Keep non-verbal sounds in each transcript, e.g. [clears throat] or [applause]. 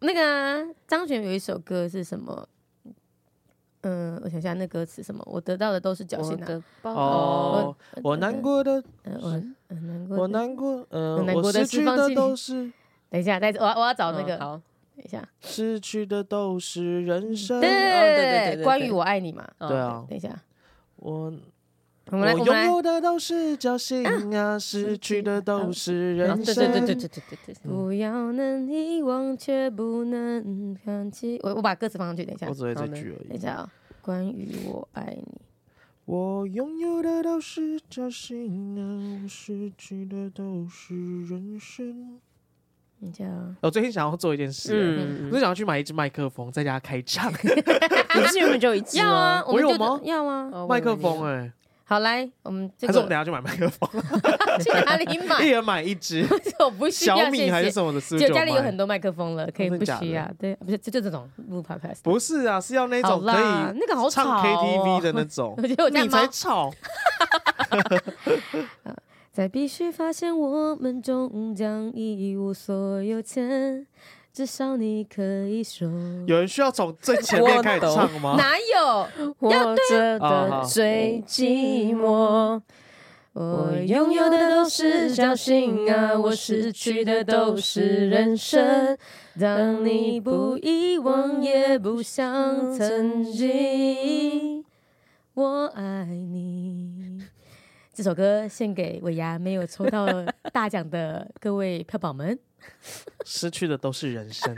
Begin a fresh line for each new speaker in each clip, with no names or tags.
那个啊张悬有一首歌是什么？嗯，我想一下那歌词什么？我得到的都是侥幸
我
的，
的包
哦
哦，
我
哦，我难过的，
呃我很很难过的。
我难过，
我
嗯，
难过
我
的是
失去
放弃
的
你
都是，
等一下，再我要我要找那个，
嗯好，
等一下，
失去的都是人生。
对
嗯哦对对对对
关于我爱你嘛。
嗯
对，啊，
等一下，
我
我
我
们来我们
拥
来，
有的都是侥幸啊，失去的都是
啊
人
对对
生。
对对对对对对，
不要能遗忘，却不能放弃。我我把歌词放上去，等一下
我，只会这
好的
句
等
而
一
已。
下啊、关于我爱你，
我拥有的都是侥幸啊，我失去的都是人生。
等一下啊、
我最近想要做一件事，欸我
嗯，
就想要去买一支麦克风，在家开
[laughs]
唱
你不是原本 [laughs] 就有一只
要啊，
吗？
们
我
就
有吗
要啊。
哦
麦克风，
嗯我以为
哎，
好，来，我们这
还是我们
个
等一下去买麦克风， [laughs]
去哪里买？ [laughs]
一人买一支，
我不 [laughs] 需要
小米
谢
还是
谢
什么的，是
就家里有很
多。
多麦克风了，可以
哦真
不
的假
需要。对，不是就就这种录 podcast。
不是啊，是要那
好
种可
啦，
以
那个好吵
唱 KTV
哦。
的那
[laughs]
种
我。觉得我家
你才
猫
吵，
才必须发现，我们终将一无所有前，至少你可以说。
有人需要从最前面开始唱吗？
哪有？
活着
哦
的
好
最寂寞，
我
我拥有的都是侥幸啊，我失去的都是人生。。
当你不遗忘，也不想曾经，我爱你。这首歌献给尾牙没有抽到大奖的各位票宝
[laughs]
们，
失去的都是人生，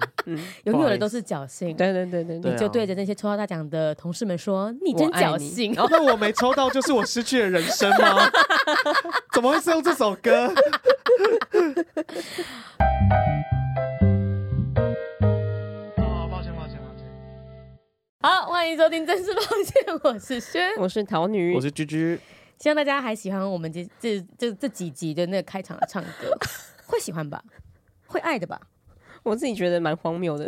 拥有
不好
的
意
都是侥幸。
对对对对
对
对
啊，
就对着那些抽到大奖的同事们说：“你真
我爱
侥
你
幸。
[laughs] 那我没抽到就是我失去了人生吗？ [laughs] 怎么会是用这首歌？哦，抱歉，抱歉，抱歉。”
[laughs] 好，欢迎收听《真是抱歉》，我是轩。
我是桃女
我，是居居，
希望大家还喜欢我们这这这这几集的那个开场的唱
[laughs]
歌，会喜欢吧？会爱的吧？
我自己觉得蛮荒谬的。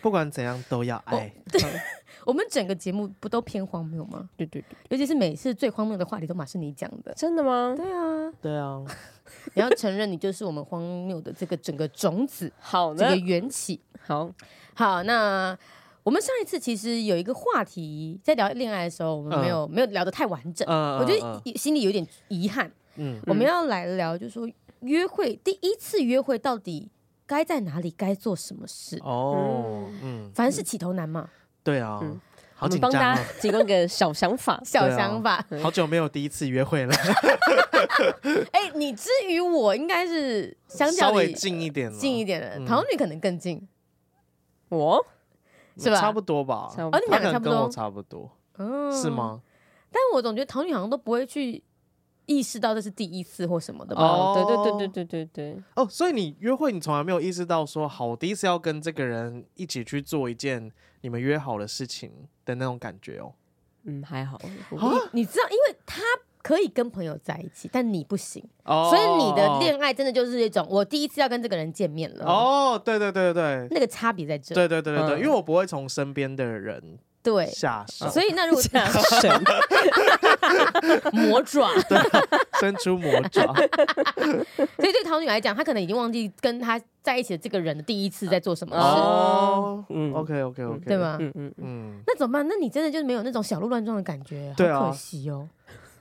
不管怎样都要爱。
我们整个节目不都偏荒谬吗？
[laughs] 对对对，
尤其是每次最荒谬的话题都马是你讲的。
真的吗？
对啊，
对啊，
你要承认你就是我们荒谬的这个整个种子，
好
这
的
个，缘起。
好，
好，那我们上一次其实有一个话题，在聊恋爱的时候，我们没有、没有聊得太完整，
嗯
我觉
嗯
得心里有点遗憾。
嗯，
我们要来聊，就是说约会第一次约会到底该在哪里，该做什么事？
哦，嗯，
凡事起头难嘛，。
对啊
嗯，我
好
们
紧
帮
张
大
哦
家提供一个小想法
小
对啊
想法。
好久没有第一次约会了，
哎、你之于我应该是相
稍
较
微
于
近一点了，
近一点的，
嗯
桃女可能更近，
我
是吧
差不多吧？
多
差不
他
哦你们两个
可能
差不多
跟我差不多，
嗯，
是？吗？
但我总觉得桃女好像都不会去意识到这是第一次或什么的吧？
哦，对
哦
对对对对对
哦，所以你约会，你从来没有意识到说，好，我第一次要跟这个人一起去做一件你们约好的事情的那种感觉哦。
嗯，还好。
你你知道，因为她可以跟朋友在一起，但你不行，
哦，
所以你的恋爱真的就是一种我第一次要跟这个人见面了，
哦，对对对对
那个差别在这。
对对对对
嗯
对，因为我不会从身边的人
对，
下手，
所以那如果
[laughs]
神，
[laughs] 魔爪，
对啊伸出魔
[laughs]
爪。
[laughs] 所以对桃女来讲，她可能已经忘记跟她在一起的这个人的第一次在做什么事，
哦，
嗯
OK OK OK，
对？吗？
嗯嗯，
嗯，
那怎么办？那你真的就是没有那种小鹿乱撞的感觉，
对啊
好可惜哦。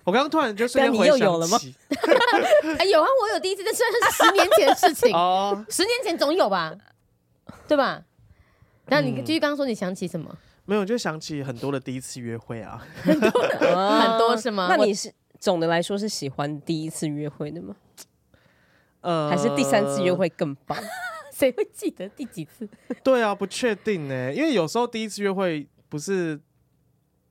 我刚刚突然就瞬
但
间
你
回
又有
想
了吗
起，
哎，有啊，我有第一次，但虽然是十年前的事情，
哦，
十年前总有吧，对吧？那你
嗯
继续刚刚说你想起什么？
没有，就想起很多的第一次约会啊。
很
很
多是吗
嗯那
我
你是总的来说是喜欢第一次约会的吗？
呃，
还是第三次约？会更棒？
谁会记得第几次？
对啊，不确定呢，因为有时候第一次约会不是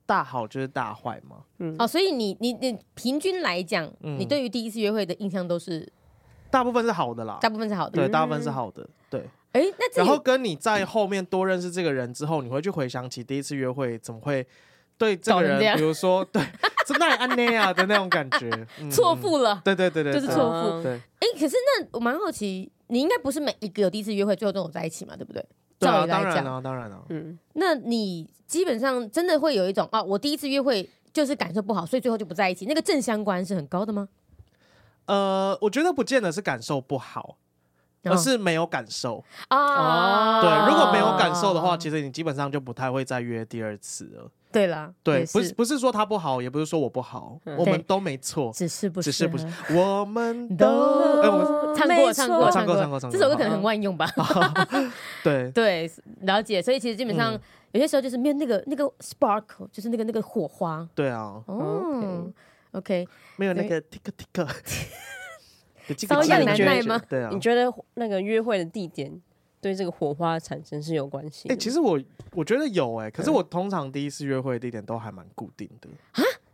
大好就是大坏嘛。
哦，所以你你你平均来讲，
嗯
你对于第一次约会的印象都是
大部分是好的啦
大，部分嗯是好的。
对，大部分是好的，对。
哎，那这
然后
有
跟你在后面多认识这个人之后，你会去回想起第一次约会怎么会对这
搞
个
成这样
人，比
[laughs]
如说对，真的安内啊的那种感觉，嗯
错。付了。
对对对对，
就是
对
错
付
呃对
哎，可是那我蛮好奇，你应该不是每一个有第一次约会最后都有在一起嘛，对不对？
对
照
啊，
理来
当然
讲，
啊，当然啊，
嗯，
那你基本上真的会有一种啊，我第一次约会就是感受不好，所以最后就不在一起，那个正相关是很高的吗？
呃，我觉得不见得是感受不好，
然
而
后
是没有感受。
嗯啊，
对，如果没有感受的话，其实你基本上就不太会再约第二次了。
对啦，
对
也，
不是不是说他不好，也不是说我不好，
嗯
我们
对
都没错，
只是不
只是不是
适合
我们
都
哎我
唱
哦没
过唱过
错唱过唱过唱过
这首歌可能很万用
[laughs]
吧？
对
对，了解。所以其实基本上
嗯
有些时候就是没有那个那个 sparkle，就是那个那个火花。
对啊，
哦，OK，
没有那
对
个 tick tick 的这
稍
个
有
技能
难
就会
耐
觉
吗
得对啊
你，觉得那个约会的地点对这个火花产生是有关系的
哎，
吗？
其实我我觉得有哎，
嗯
可是我通常第一次约会的地点都还蛮固定的，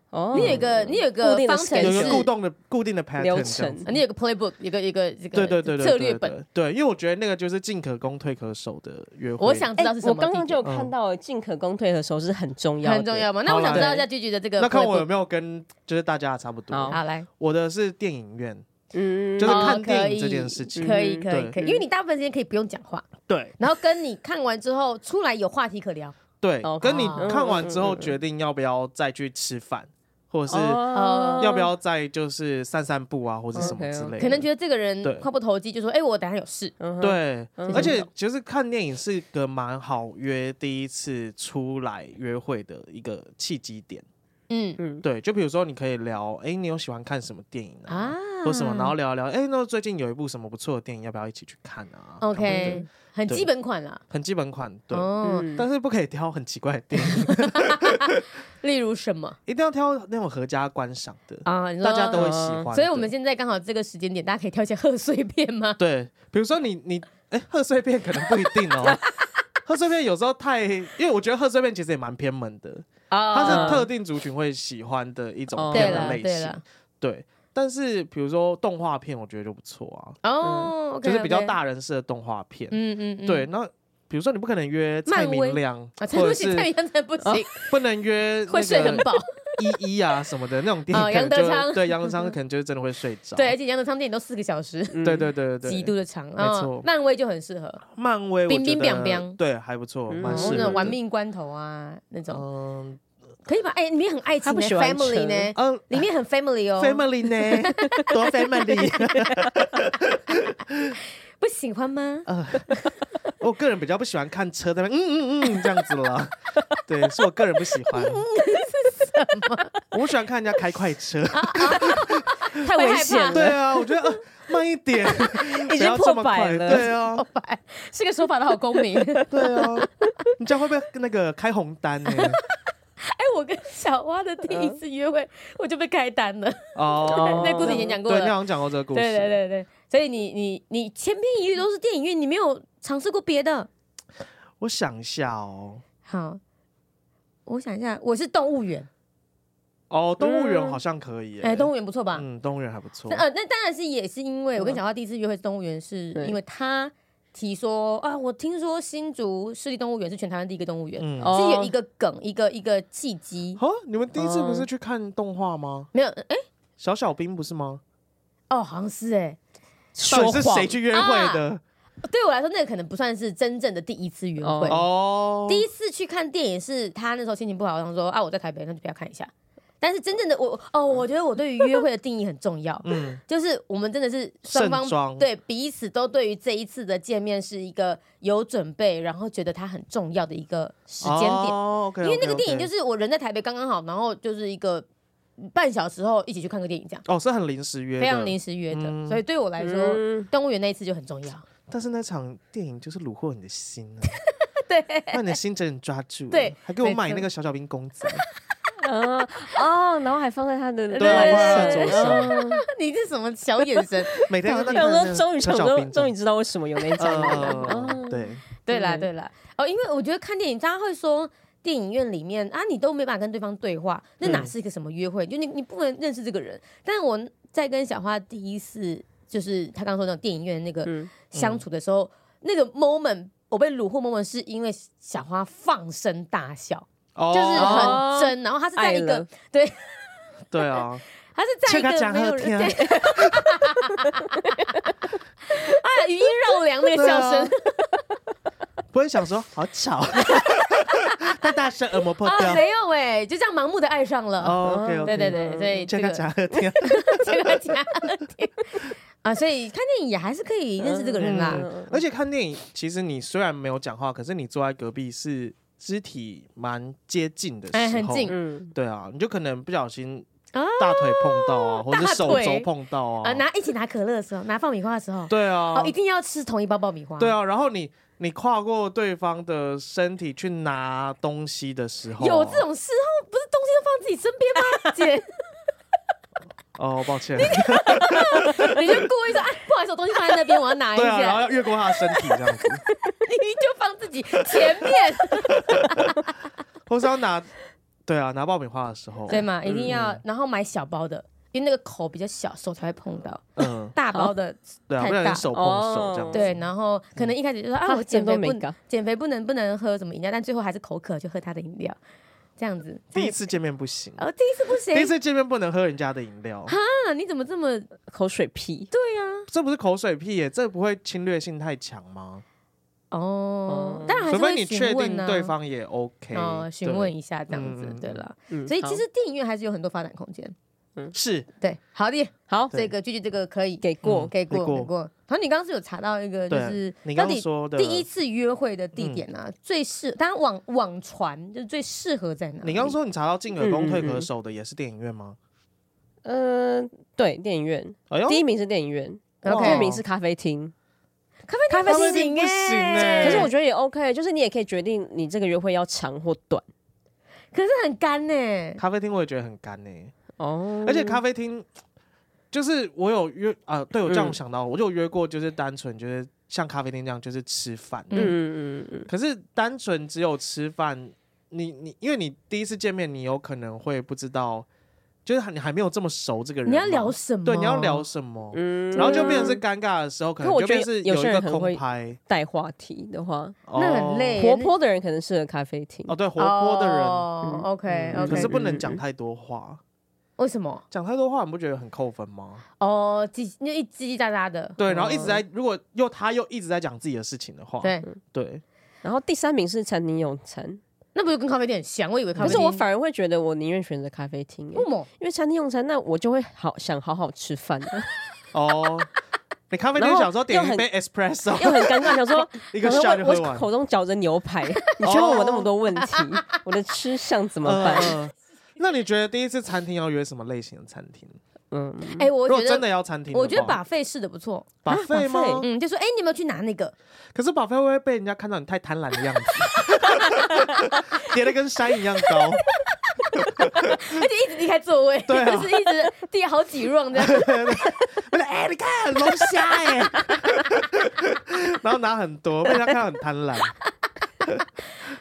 哦
你有一个你有一个
固定的
方程
但
有一
式
个固定的固定的 pattern
流
这样
程
子
啊，你有个 playbook，一个一个这个
对对对对
策
对
略
对
本。
对，因为我觉得那个就是进可攻退可守的约会。
我想知
哎
道是什
我
么地点。
刚刚就有
嗯
看到进可攻退的时候是很重要的，
很重要嘛？那
好
我
啦
想知道一
对
下句句的这个 playbook。
那看我有没有跟就是大家的差不
好
多。
好来，
我的是电影院，
嗯，嗯，
就是
哦
看电
可以
影这件事情。
可以
嗯
可以
对
可以，因为你大部分时间可以不用讲话，
对
然后跟你看完之后出来有话题可聊。
对
哦，
跟你
嗯
看完之后
嗯嗯嗯
决定要不要再去吃饭，或者是
哦
要不要再就是散散步啊，或者什么之类的。
可能觉得这个人
对
话不投机，就说：“哎，我等下有事。
嗯哼
对，
嗯
而且就是看电影是个蛮好约第一次出来约会的一个契机点。”
嗯
嗯
对，就比如说你可以聊，哎，你有喜欢看什么电影啊
啊？，
或什么，然后聊一聊，哎、那最近有一部什么不错的电影，要不要一起去看啊
OK，很基本款啦。
很基本款，对。
哦，
嗯
但是不可以挑很奇怪的电影， [laughs]
例如什么
一定要挑那种合家观赏的，
啊？你说
大家都会喜欢的。
所以我们现在刚好这个时间点，大家可以挑一些贺岁片吗？
[laughs] 对，比如说你你哎，贺岁片可能不一定
[laughs]
哦。 [laughs] 贺岁片有时候太，因为我觉得贺岁片其实也蛮偏门的，它
啊，
是特定族群会喜欢的一种
哦
对
片的
了
类
对
型
了。，
对，但是比如说动画片，我觉得就不错啊，
哦，OK，
就是比较
OK，
大人式的动画片。
嗯嗯嗯，
对，那比如说你不可能约
漫
蔡
威
明亮，
啊，
或
这
者
不行，太
是啊
阳真不行，
不能约
[laughs] 会睡很饱。
依依啊什么的那种电影
哦
可能就，
杨德昌
对杨德昌可能就是真的会睡着。
对，而且杨德昌电影都四个小时，
嗯
对对对对
极
对，
度的长
没
啊
错。
漫威就很适合，
漫威我
冰
觉
冰
得
冰冰
对还不错，
嗯
蛮
哦
适
那
合
种玩
的。
命关头啊那种，
嗯
可以吧？哎，里面很爱情
他不
的
喜欢
family
车
呢，
嗯
里面很 family 哦，
，family [laughs] 呢？多 family。
不喜欢
[laughs]
吗？
[laughs] 我个人比较不喜欢看车在那边嗯嗯嗯这样子 [laughs] 了，对，是我个人不喜欢。 [laughs] 我不喜欢看人家开快车。
啊太
危
危
险
险了，
了
[laughs] 对啊，我觉得、呃、慢一点，
已
[laughs] 不
经
要这
破
么
百
快。
了，
对啊，
[laughs] 是个守法的好公民。 [laughs] 哎，
对啊，你这样会不会那个开红单呢、
我跟小花的第一次约会，我就被开单了。 [laughs]
哦
那故事已经讲过
对，你
了。
好像讲过这个故事。
对对对对，所以你你你千篇一律都是电影院，你没有尝试过别的。
我想一下哦，
好，我想一下，我是动物园，
哦，动物园好像可以、
哎，动
物
物园不错吧？
嗯，动物园还不错啊
那。呃，那当然是也是因为我跟小花第一次约会是动物园，是
对
因为他提说啊，我听说新竹市立动物园是全台湾第一个动物园，
嗯，
哦
哦，
是有一个梗，一个一个契机。
你们第一次不是去看动画吗？
没有，哎，
小小兵不是吗？
哦，好像是哎，
说
到底是
谎
谁去约会的？
对我来说，那个可能不算是真正的第一次约会。
哦，，
啊第一次去看电影是他那时候心情不好，然后说啊我在台北，那就不要看一下。但是真正的我哦，我觉得我对于约会的定义很重要
嗯，
就是我们真的是双
盛
方
装，
对彼此都对于这一次的见面是一个有准备，然后觉得它很重要的一个时间点。
哦，OK，
因为那个电影就是是我人在台北刚刚好，然后就是一个半小时后一起去看个电影这样，
哦，是很临时约，
非常临
时。
时约
嗯
的，所以对我来说，
嗯
动物园那一次就很重要。
但是那场电影就是虏获你的心啊，
[laughs] 对，
把你的心整整抓住，
对
还给我
没
买
错
那个小小兵公仔，
啊哦，然后还放在他的
对啊，
对
放在
对
桌上，
你这什么小眼神？
每天看到
我
那
说
个
终于
小
想
小
说，
兵
终于知道为什么有那一张
呃，
哦
对，
对啦，
嗯
对啦，哦，因为我觉得看电影，大家会说电影院里面啊，你都没办法跟对方对话，那哪
嗯
是一个什么约会？就你你不能认识这个人。但是我在跟小花第一次，就是她刚刚说那种电影院那个
嗯，
相处的时候，那个 moment。我被虏获 moment 是因为小花放声大笑，
就
就是
哦
很真，然后她是在
爱
一个
了，
[laughs]
对啊，
她是在一
这个
个
讲
没有
好
人
听
对，啊，余音绕梁那个
对
笑
啊
声，
不会想说好
[laughs]
吵， [laughs] 太大声，耳膜破
啊，嗯
掉。
没有哎，就这样盲目的爱上了，
哦，OK，
对对对，所以
这
这
个
个
假的天，
这个家庭啊，所以看电影也还是可以认识 [laughs] 这个人啦。
嗯而且看电影，其实你虽然没有讲话，可是你坐在隔壁是肢体蛮接近的时候，
哎很近
嗯，
对啊，你就可能不小心
啊
大腿碰到啊，或者
大
是手
腿
肘碰到啊，
啊，拿一起拿可乐的时候，拿爆米花的时候，
对啊
哦，，一定要吃同一包爆米花。
对啊，然后你你跨过对方的身体去拿东西的时候，啊
有这种时候，不是东西都放自己身边吗？姐，
哦，抱歉，
你就故意说，啊，不好意思，我东西放在那边，我要拿一
对啊，然后
下，
要越过他的身体这样子，
你就放自己前
[laughs]
面，
或是要拿对啊拿爆米花的时候，
对嘛？一定要，然后买小包的，因为那个口比较小，手才会碰到。
嗯，
大包的，
对啊，
太
不然
大
你手碰手这样
哦
子，
对，然后可能一开始就说啊，
嗯
啊
我减
[laughs]
真
肥
都没
不
搞
减肥不能不能喝什么饮料，但最后还是口渴就喝他的饮料，这样子。
第一次见面不行，啊
哦，第一次不行
第一次见面不能喝人家的饮料，
啊？你怎么这么
口水屁，
这不是口水屁耶，这不会侵略性太强吗？
哦
哦？
当然还
除
是
非
会
你确
询
定
问啊
对方也 OK，
哦，询
对
问一下这样子
嗯嗯，
对了。
嗯
所以其
好
实电影院还是有很多发展空间。
是
对，好的，
好
这个句句这个可以
给过
嗯
给过
给过
给过。好，你刚刚是有查到一个，就
对
是
你
到
刚刚
底
说的嗯
第一次约会的地点啊，最适当然网网传就是最适合在哪里？
你刚刚说你查到进可攻
嗯嗯
退可
嗯
守的也是电影院
嗯
吗？
呃，对，电影院
哎呦
第一名是电影院，
哦
OK
第二名是咖啡厅。
咖啡厅
咖啡
不
厅
行
不行欸
哎，
可是我觉得也 OK，就是你也可以决定你这个约会要长或短
可是很干欸呢、
咖啡厅我也觉得很干呢、
嗯
哦
而且咖啡厅就是我有约啊、对我这样
嗯
想到，我就有约过，就是单纯就是像咖啡厅这样，就是吃饭。
嗯嗯嗯嗯
可是单纯只有吃饭，你你因为你第一次见面，你有可能会不知道，就是你还没有这么熟这个人嘛，
你要聊什么？
对你要聊什么，
嗯，
然后就
对啊
变成是尴尬的时候，
可
可能
我
就
觉得
变成是
有
有一
些
个
人很
空
会
拍，
带话题的话，
那很累欸
哦。
活泼的人可能适合咖啡厅。
哦，对，活泼的人，
哦
嗯
OK
嗯
可
OK，
是不能
嗯
讲
嗯
太多话，
为什么？
讲太多话你不觉得很扣分吗？
哦，叽就一叽叽喳喳的，
哦
对，然后一直
哦
在，如果又他又一直在讲自己的事情的话，
对，
对，
然后第三名是餐厅用餐，
那不就跟咖啡店很像？我以为咖
可
啡
是
厅，
我反而会觉得我宁愿选择咖啡厅、
哦
欸
为什么？
因为餐厅用餐，那我就会好想好好吃饭、啊，
哦，你咖啡
然
厅
后
想说点
又
一
很
杯 espresso，
又很尴尬，想说
[laughs] 一个
想
下
说
就
我
喝
我
完，哦
口中嚼着牛
[laughs]
排，你却问我那么多问题，我的吃相怎么
嗯 [laughs]
办？
嗯那你觉得第一次餐厅要约什么类型的餐厅？
嗯，
哎、我
如果
觉
真
得，
的要餐厅的话，
我觉得把费是的不错，
把费吗？
buffet
嗯，就说哎、你有没有去拿那个？
可是把费会不会被人家看到你太贪婪的样子？ [laughs] 叠的跟山一样高， [laughs]
而且一直离开座位，
对啊
就是一直递好几 round
[laughs]
这样。
我说哎，你看龙虾哎， [laughs] 然后拿很多，被人家看到很贪婪。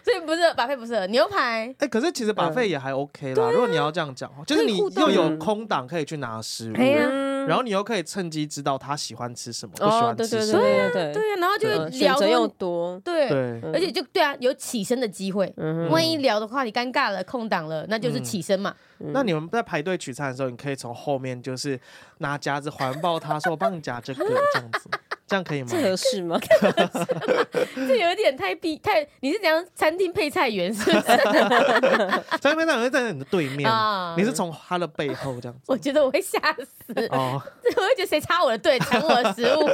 所以不是把费不是牛排，
哎、可是其实把费也还 OK 啦。如果你要这样讲，就是
啊可以
你
互动
又有
嗯
空档可以去拿食物，
哎呀
然后你又可以趁机知道他喜欢吃什么，啊不喜
哦，
欢
对
吃
对
什
对
么。
对对
对啊，然后就
呃
会
选
聊
择又
多，
多，
对，
对
而且就对啊，有起身的机会。
嗯
万一聊的话题尴尬了、空档了，那就是起身嘛。
那你们在排队取餐的时候，你可以从后面就是拿夹子环抱他，说我帮你夹这个这样子，这样可以吗？
这合适
[laughs]
吗？
这有一点太逼太，你是怎样餐厅配菜员是不 [laughs] 是？
在那边站会站在你的对面
啊，
你是从他的背后这样
[laughs]
子。
我觉得我会吓死，我
哦，
[laughs] 会觉得谁插我的队，抢我的食物，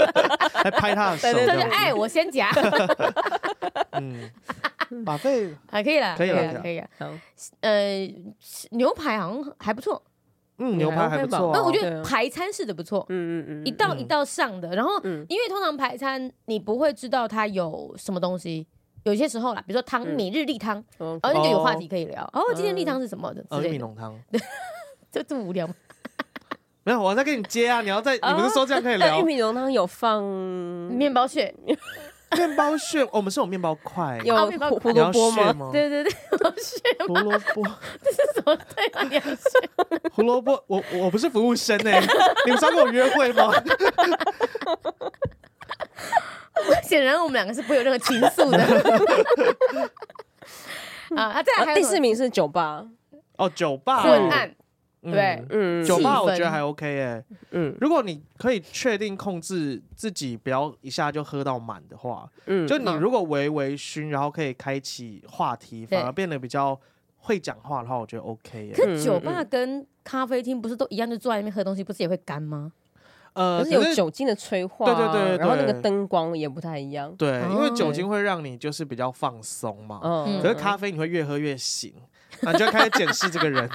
还拍他的手，
他
这
就
样子
哎，我先
[laughs]
夹，
嗯，把费，
啊，可以了，
可以啦
了，可以了。
好，
呃，
嗯
牛排好像还不错，哎
嗯，牛排还不错啊。
那我觉
对啊
得排餐是的不错，
嗯嗯
一
嗯，
道
嗯
一道上的，然后
嗯
因为通常排餐你不会知道它有什么东西，有些时候啦，比如说汤
嗯
每日例汤，
哦
然后你就有话
哦
题可以聊。哦，今天例汤是什么的之
呃，玉
类
米
的，
浓汤
这这么无聊吗？
没有，我在跟你接啊！你要
[laughs] 哦
在，你不是说这样可以
那
聊
呃玉米浓汤有放
面包屑，
面包屑？哦我们是有面包
[laughs]
块，
有
啊面包
胡胡
你
萝
要
卜
屑
吗？
吗？
对对对，面包屑
胡萝卜，
是什么？对啊，面包屑。
胡萝卜，我我不是服务生哎， [laughs] 你们是要跟我约会吗？ [laughs]
显然我们两个是不会有任何情愫的。 [laughs] 啊啊！再来
然
还有
后呃第
什么
四名是酒吧，
哦，酒
啊
吧，
昏暗，
嗯
对
嗯
酒吧
气
我觉
氛
得还 OK 哎、
嗯
如果你可以确定控制自己不要一下就喝到满的话，
嗯，
就你
嗯
如果微微醺，然后可以开启话题，
对
反而变得比较会讲话的话，我觉得 OK 耶、
嗯
可酒吧跟咖啡厅不是都一样，就坐在那边喝东西，不是也会干吗？
呃，
可是
可
有
是
酒精的催化、
对
啊，
对对
然后那个
对
灯光也不太一样，
对，因为酒
哦
精会让你就是比较放松嘛。
嗯，
可是咖啡你会越喝越醒， [laughs] 啊那你就要开始检视这个
[laughs]
人。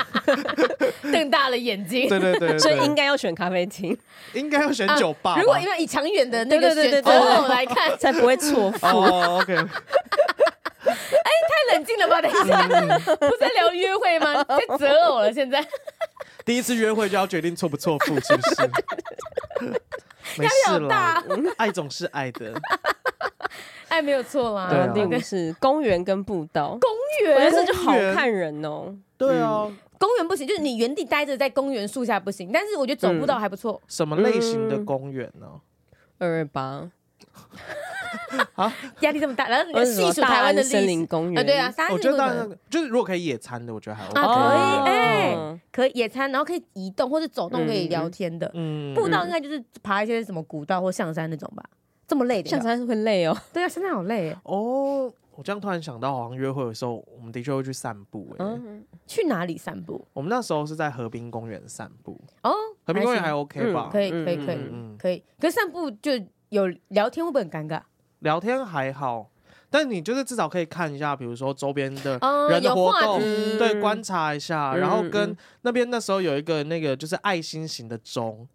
[laughs] 瞪大了眼睛。
对对对对
所以应
对，
该要选咖啡厅， [laughs]
应该要选
啊
酒吧
[laughs]
吧。
如果因为以长远的那
对
个
对对对
选择
对对
我来看，
才不会错付。
哦，OK，
太冷静了吧？等一下， [laughs] 不是在聊约会吗？在择偶了，现在 [laughs]
第一次约会就要决定错不错付，是不是？
[laughs]
没
压
事
力好大
啦，爱总是爱的。
哎，没有错啦。
对啊
第五是公园跟步道，
公
我觉得
园，
这就好
公园
看人哦。
对啊，
公园不行，就是你原地待着在公园树下不行，但是我觉得走步道还不错。
什么类型的
嗯
公园呢？
二二八，
压力这么大，然后
或
你
者什
细
么
数
大
台湾的
安
历
森林
史
公
啊，
园，
对啊，，大
我
安
觉
森林
得当
公园
然就是如果可以野餐的，我觉得还
啊可以
OK。
哎
哦
可以野餐，然后可以移动或者走
嗯
动可以聊天的。
嗯
步道应该就是爬一些什么古道或象山那种吧，这么累的。
像山会累哦，
对啊，象山好累耶。
哦，我这样突然想到，好像约会的时候，我们的确会去散步。哎，
嗯，
去哪里散步？
我们那时候是在河滨公园散步，
哦，
河滨公园还
行
OK 吧？
可以，
嗯
可以，
嗯
可以
嗯，嗯
可以。可是散步就有聊天，会不会很尴尬？
聊天还好，但你就是至少可以看一下，比如说周边的
哦
呃人的
有
活
话
动，
题
对，观察一下，然后
嗯
跟
嗯
那边那时候有一个那个就是爱心型的钟，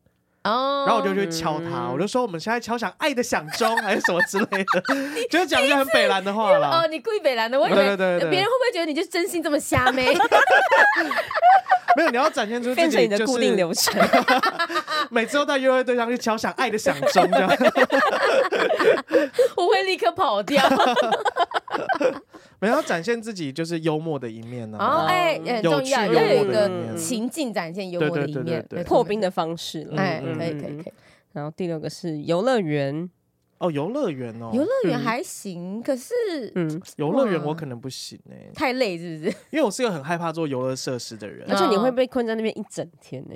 哦，
然后我就去敲它，
嗯
我就说我们现在敲响爱的响钟还是什么之类的，
[laughs]
就是讲一些很北蓝的话啦
哦，。你故意北蓝的，我以为
啊对对对对
别人会不会觉得你就是真心这么瞎妹？
[laughs] 没有，你要展现出
变
自
成
己
你的
就
固定
是
流程。
每次都带约会对象去敲响爱的响钟这样。 [laughs]
我会立刻跑掉。
没有要展现自己就是幽默的一面呢、
哦，哎，
嗯
很
啊有
重
趣
要，
幽
要有一
默的一
个
面
情境展现幽默的一
对对
面
对对，对
没错
[laughs] 破冰。的方式
没
了。
错哎，
嗯
可以，可以，
嗯
可以。
然后第六个是游乐园，
哦，游乐园哦，
游乐园
嗯
还行，可是
嗯，
游乐园
哇
我可能不行哎、
太累是不是？
因为我是一个很害怕做游乐设施的人
嗯
而。且你会被困在那边一整天呢。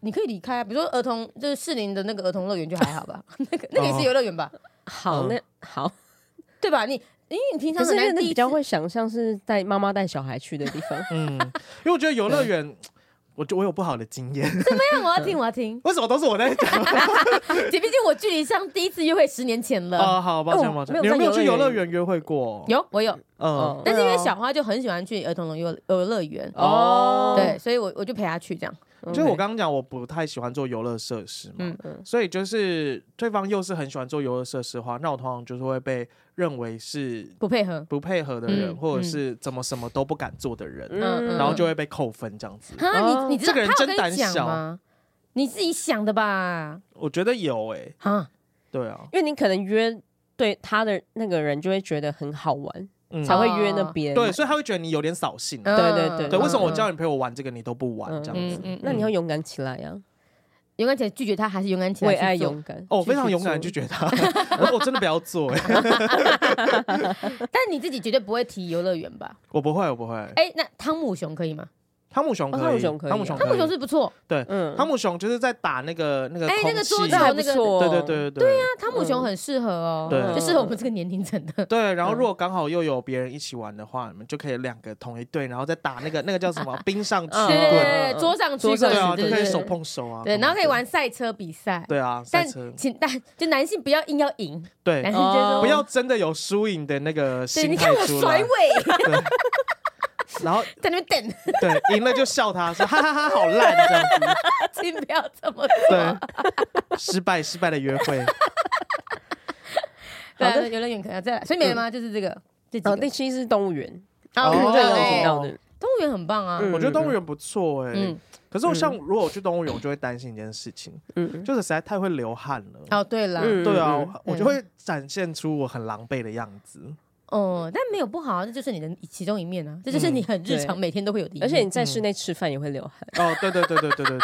你可以离开啊，比如说儿童就是适龄的那个儿童乐园就还好吧， [laughs] 那个那个也
哦
是游乐园吧，
好，
嗯
那好，
对吧？你因为你平
可
常
是
很
那
难
那
第
比
一 [laughs]
较
次
会想象是带妈妈带小孩去的地方。
嗯，因为我觉得游乐园，我就我有不好的经验。 [laughs]
那啊我要听，我要
[laughs]
听。
为什么都是我在讲？
姐，毕竟我距离上第一次约会十年前了。
哦，好，抱
哦
歉抱歉
没有，
你们没有
在
去
游
游
乐
乐
园
园约会过？，
有，我有，
嗯，
但是因为
对啊
小花就很喜欢去儿童游乐游乐园，
哦
对，，所以我我就陪她去这样。
[laughs] 就是我刚刚讲，我不太喜欢做游乐设施嘛
嗯，
嗯
所以就是对方又是很喜欢做游乐设施的话，那我通常就是会被认为是
不配合，
不配合的人，
嗯
或者是怎么什么都不敢做的人，
嗯
然后
嗯
就会被扣分这样子。
哈，
哦
你你知道
这个人
他有
真
跟
胆
你讲
小
吗？你自己想的吧？
我觉得有诶、
哈，
对啊，
因为你可能约对他的那个人就会觉得很好玩，
嗯，
才会约那边。
对，所以他会觉得你有点扫兴
嗯
啊、
对对
对，为什么我
嗯
叫你陪我玩这个你都不玩
嗯
这样子？
嗯
那你要勇敢起来呀，
勇敢起来拒绝他，还是勇敢起来
为
去
爱
做
勇敢。
哦，我非常勇敢地拒
去
绝他，我说我真的不要做、欸，
但你自己绝对不会提游乐园吧？
我不会，我不会。
哎，那汤姆熊可以吗？
汤姆熊
哦
可以，
汤姆熊可以
汤姆
啊
熊可以，
汤姆熊是不错，
嗯
汤姆熊就是在打那个那个
哎
空气，
那个桌球
那还不
那个
错
对
哦，
对对对对
那汤姆熊很适合哦，
对
就适合我们这个年龄层的。
对，然后
嗯
如果刚好又有别人一起玩的话，你们就可以两个同一队，然后再打那个那个叫
[laughs]
什么冰上曲
嗯
对对
棍，
对，对桌上
桌
曲
上
棍
对啊，
曲
就
对
可以
对
手
对，
碰手啊，
对，然后可以
碰
玩赛车比赛
手，，对啊，赛
但
车，
请但就男性不要硬要赢，男
对，
性就是说
不要真的有输赢的那个
对，
心
你看
态
我
出
甩
来
尾，
对，然后
在那边等，
对赢了就笑他说哈哈哈好烂这样子，
请不要这么
对， [laughs] 失败失败的约会，
对
好的
啊，游乐园可能要再来，所以没了吗？就是这个，这几
然后
个
第七是动物园，
啊，
哦
我
刚
们
刚
这
有
个
提
哎
到的，
动物园很棒啊，
嗯
我觉得动物园不错哎
嗯，，
可是我像如果我去动物园，我就会担心一件事情，
嗯，
就是实在太会流汗了。
哦，对啦，
嗯
对啊，
嗯
我我就会展现出我很狼狈的样子。
哦，但没有不好啊，这就是你的其中一面啊，这就是
嗯
你很日
对
常每天都会有的一面，
而且你在室内吃饭也会流汗。
哦，对对对对对对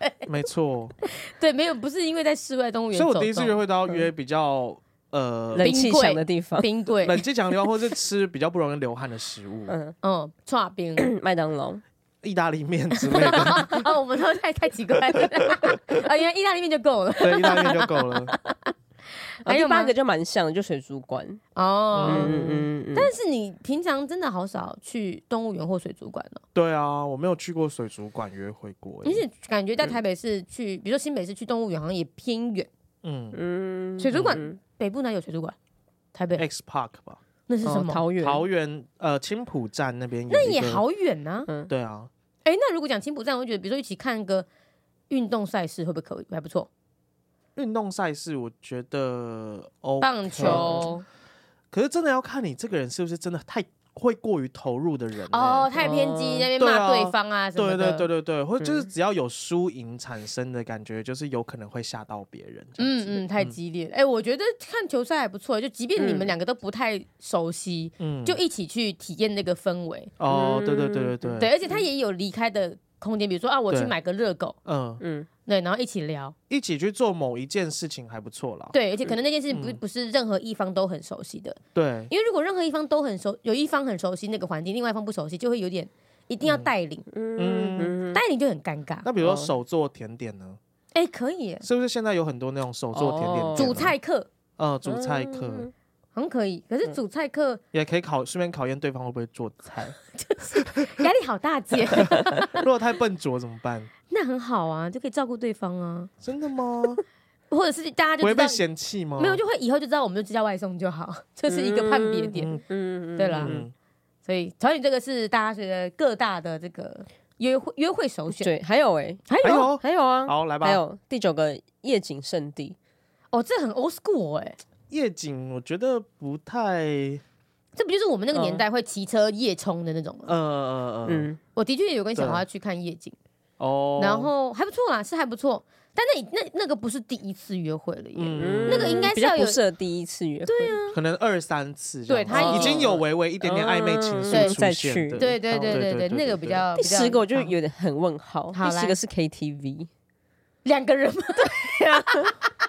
对，
[laughs]
没错。
对，没有不是因为在室外动物园
所以
走动，
我第一次约会都要约比较呃
冷气强的地方，
冰柜，
冷气强的地方，或是吃比较不容易流汗的食物，
嗯，
嗯，串冰，
麦当劳，
意大利面之
[laughs]
类的，
啊，哦我们都太太奇怪了，啊，原来意大利面就够了。
对，意大利面就够了。
还
啊，第
有
八
吗
个就蛮像的，就水族馆。
哦。
嗯嗯
嗯
嗯嗯，
但是你平常真的好少去动物园或水族馆哦，
对啊，我没有去过水族馆约会过。欸
而且感觉在台北市去，比如说新北市去动物园好像也偏远。
嗯
嗯
水族馆
嗯
北部哪有水族馆？台北
，X Park 吧，
那是什
哦
么？
桃园
桃园呃青浦站那边有
那
一
也
个。
好远呐。
嗯，
对啊，
哎，那如果讲青浦站，我会觉得比如说一起看个运动赛事，会不会可以？还不错。
运动赛事我觉得哦，
棒球
球
可是真的要看你这个人是不是真的太会过于投入的人、欸、
哦，太偏激
哦
那边
对
骂
啊
对方啊什么
对
的。
对对对对，或者就是
嗯
只要有输赢产生的感觉，就是有可能会吓到别人。
嗯嗯，太激烈了。哎、我觉得看球赛还不错，就即便你们
嗯
两个都不太熟悉，
嗯
就一起去体验那个氛围。
哦，对对对对对嗯
对，，而且他也有离开的空间，比如说啊，我去
对
买个热狗，
嗯，
嗯
对，然后一起聊。
一起去做某一件事情还不错啦。
对，而且可能那件事情不、
嗯
不是任何一方都很熟悉的，
对
因为如果任何一方都很熟，有一方很熟悉那个环境，另外一方不熟悉，就会有点一定要带领，
嗯嗯
带领就很尴尬。
那比如说
哦
手做甜点呢，
哎、可以耶，
是不是现在有很多那种手做甜点
哦
店啊
主菜课
呃主菜课、
嗯
好像可以，可
嗯
是主菜课
也可以考，顺便考验对方会不会做菜。
压力好大
[laughs]
姐，
如果太笨拙怎么办？
那很好啊，就可以照顾对方啊。
真的吗？
或者是大家
不
就
会
知道
被嫌弃吗？
没有，就会以后就知道我们就叫外送就好， [laughs] 这是一个判别点。
嗯
嗯，
对啦
嗯，
所以朝鲜这个是大家觉得各大的这个约会约会首选，
对，还有哎，
还
还
有
有
还有啊，
嗯好来吧
还。有第九个夜景圣地，
哦，这很 old school 哎、
夜景我觉得不太
这不就是我们那个年代会骑车夜冲的那种吗？
呃嗯
嗯，
我的确也有跟小
对
花去看夜景，
哦，
然后还不错啦，是还不错，但那那那个不是第一次约会了耶。
嗯
那个应该是
比较
要有
不适合第一次约会，对啊，
可能二三次这样子，
对
他
已
已经
经有微微一点点暧昧情
嗯
愫
对
出
再
现
去
的，
对对对对对，那个比较
第
比较
十个我就有点很问号，
好
第十
来
个是 KTV，
两个人吗？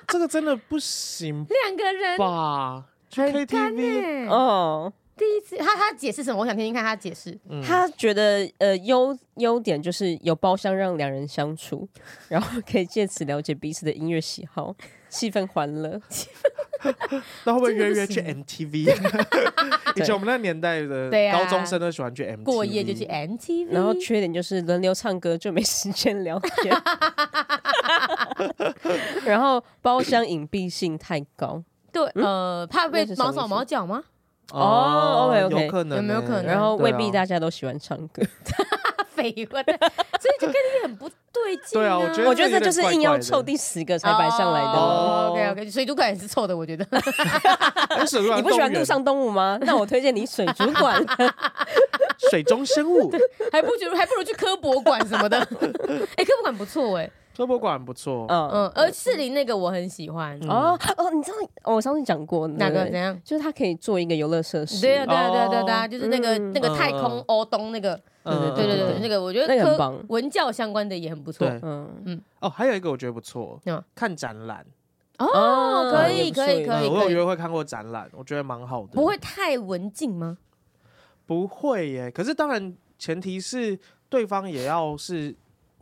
这个真的不行
两个人
吧？去
很干
KTV，
哎、
哦，
第一次他他解释什么？我想听听看他解释。
嗯
他觉得呃优优点就是有包厢让两人相处，然后可以借此了解彼此的音乐喜好，气氛欢乐。 [laughs]
那会不会
真的
约
不
约去
行 [laughs]
MTV？以前我们那年代的
对啊
高中生都喜欢去 MTV
过夜就去 MTV，
然后缺点就是轮流唱歌就没时间聊 [laughs] 天，然后包厢隐蔽性太高，
对，呃，怕被
那是什
毛
么
手
意思
毛脚 [laughs] 吗？
哦，OK，OK
有可能
有没有
欸
可能
然后未必
对啊
大家都喜欢唱歌。
废话，对 [laughs] 哦所以就跟你很不对劲、
对啊我觉得
[laughs] 我觉得这
有点
就是
怪
硬要
怪的
凑第十个才摆上来的。
哦、OK OK，水族馆也是臭的，我觉得。 [laughs]
哎水族馆
你不喜欢
动物
陆
园
上动物吗？
哦
那我推荐你水族
[laughs]
馆。
水中生
[laughs]
物
还不觉得还不如去科博馆什么的。哎、科博馆不错哎、
科博馆不错，
嗯
嗯，而士林那个我很喜欢。
哦哦，你知道哦我上次讲过
哪个
对
怎样？
就是它可以做一个游乐设施，
对啊，对啊，对啊，
哦
对啊对啊，就是那个
嗯
那个太空
嗯
欧东那个，
嗯
对
呃对对对，
嗯
那个我觉得
那个很
科
棒
文教相关的也很不错。
对
嗯，
哦，还有一个我觉得不错
嗯，
看展览。
哦，
嗯
可
也
以，
不错
可以，
也
可
嗯
以，
我有
可以，
约会看过展览，我觉得蛮好的。
不会太文静吗？
不会耶？可是当然前提是对方也要是